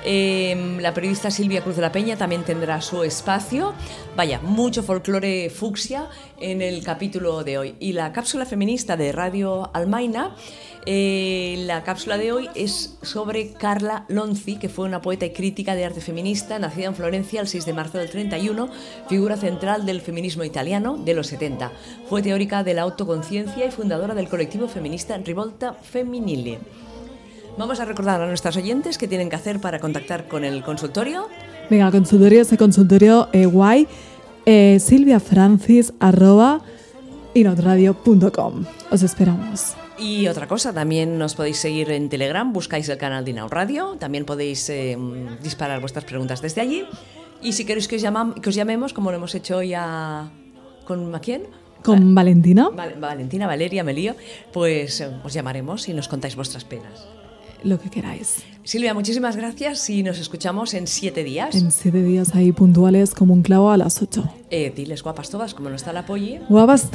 eh, la periodista Silvia Cruz de la Peña también tendrá su espacio. Vaya, mucho folclore fucsia en el capítulo de hoy. Y la cápsula feminista de Radio Almaina eh, la cápsula de hoy es sobre Carla Lonzi, que fue una poeta y crítica de arte feminista, nacida en Florencia el 6 de marzo del 31, figura central del feminismo italiano de los 70. Fue teórica de la autoconciencia y fundadora del colectivo feminista Rivolta Femminile. Vamos a recordar a nuestras oyentes qué tienen que hacer para contactar con el consultorio.
Venga, consultorio, ese consultorio eh, guay. Eh, silviafrancis arroba inotradio.com. Os esperamos.
Y otra cosa, también nos podéis seguir en Telegram, buscáis el canal de Inau Radio, también podéis eh, mm, disparar vuestras preguntas desde allí. Y si queréis que os, llamam- que os llamemos, como lo hemos hecho hoy a... ¿Con a quién?
Con Valentina
Val- Valentina, Valeria, me lío, pues eh, os llamaremos y nos contáis vuestras penas.
lo que queráis.
Silvia, muchísimas gracias y nos escuchamos en siete días.
En siete días ahí puntuales como un clavo a las ocho.
Eh, diles guapas todas, como no está la polli.
¡Guapas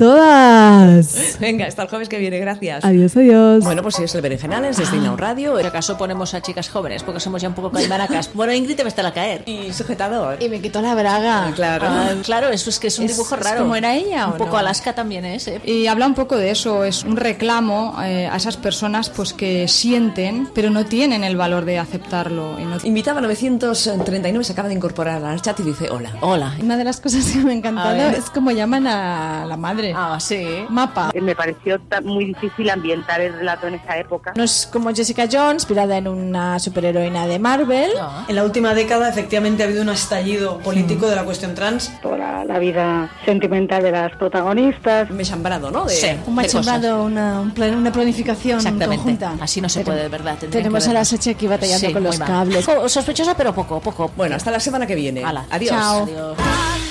todas!
Venga, hasta el jueves que viene, gracias.
Adiós, adiós.
Bueno, pues es el Berenjenales, desde Inau Radio.
Por acaso ponemos a chicas jóvenes, porque somos ya un poco caimaracas. Bueno, Ingrid te va a estar a caer.
Y sujetador. Ah,
Y me quitó la braga. Ah.
claro.
claro, eso es que es un
Es-
dibujo
es
raro.
como era ella,
Un
¿o
poco
no?
Alaska también es, ¿eh?
Y habla un poco de eso, es un reclamo eh, a esas personas pues que sienten, pero no tienen el valor de aceptarlo. y no-
Invitaba 939, se acaba de incorporar al chat y dice hola.
Hola.
Una de las cosas que me ha
A
encantado
ver.
es como llaman a la madre.
Ah, sí.
Mapa.
Me pareció ta- muy difícil ambientar el relato en esa época.
No es como Jessica Jones, inspirada en una superheroína de Marvel.
No.
En la última década, efectivamente, ha habido un estallido político
Mm.
de la cuestión trans.
Toda la vida sentimental de las protagonistas.
Me he chambrado, ¿no? De-
Sí.
Un
Qué cosas.
machembrado, una, un plan- una planificación
Exactamente.
conjunta.
Así no se puede, de verdad. tendrían
Tenemos
que
a la
vernos.
Sachi aquí batallando
Sí,
con los
muy mal.
cables.
Jo- Sospechosa, pero poco, poco.
Bueno, hasta la semana que viene.
Hala.
Adiós.
Chao.
Adiós.
Rock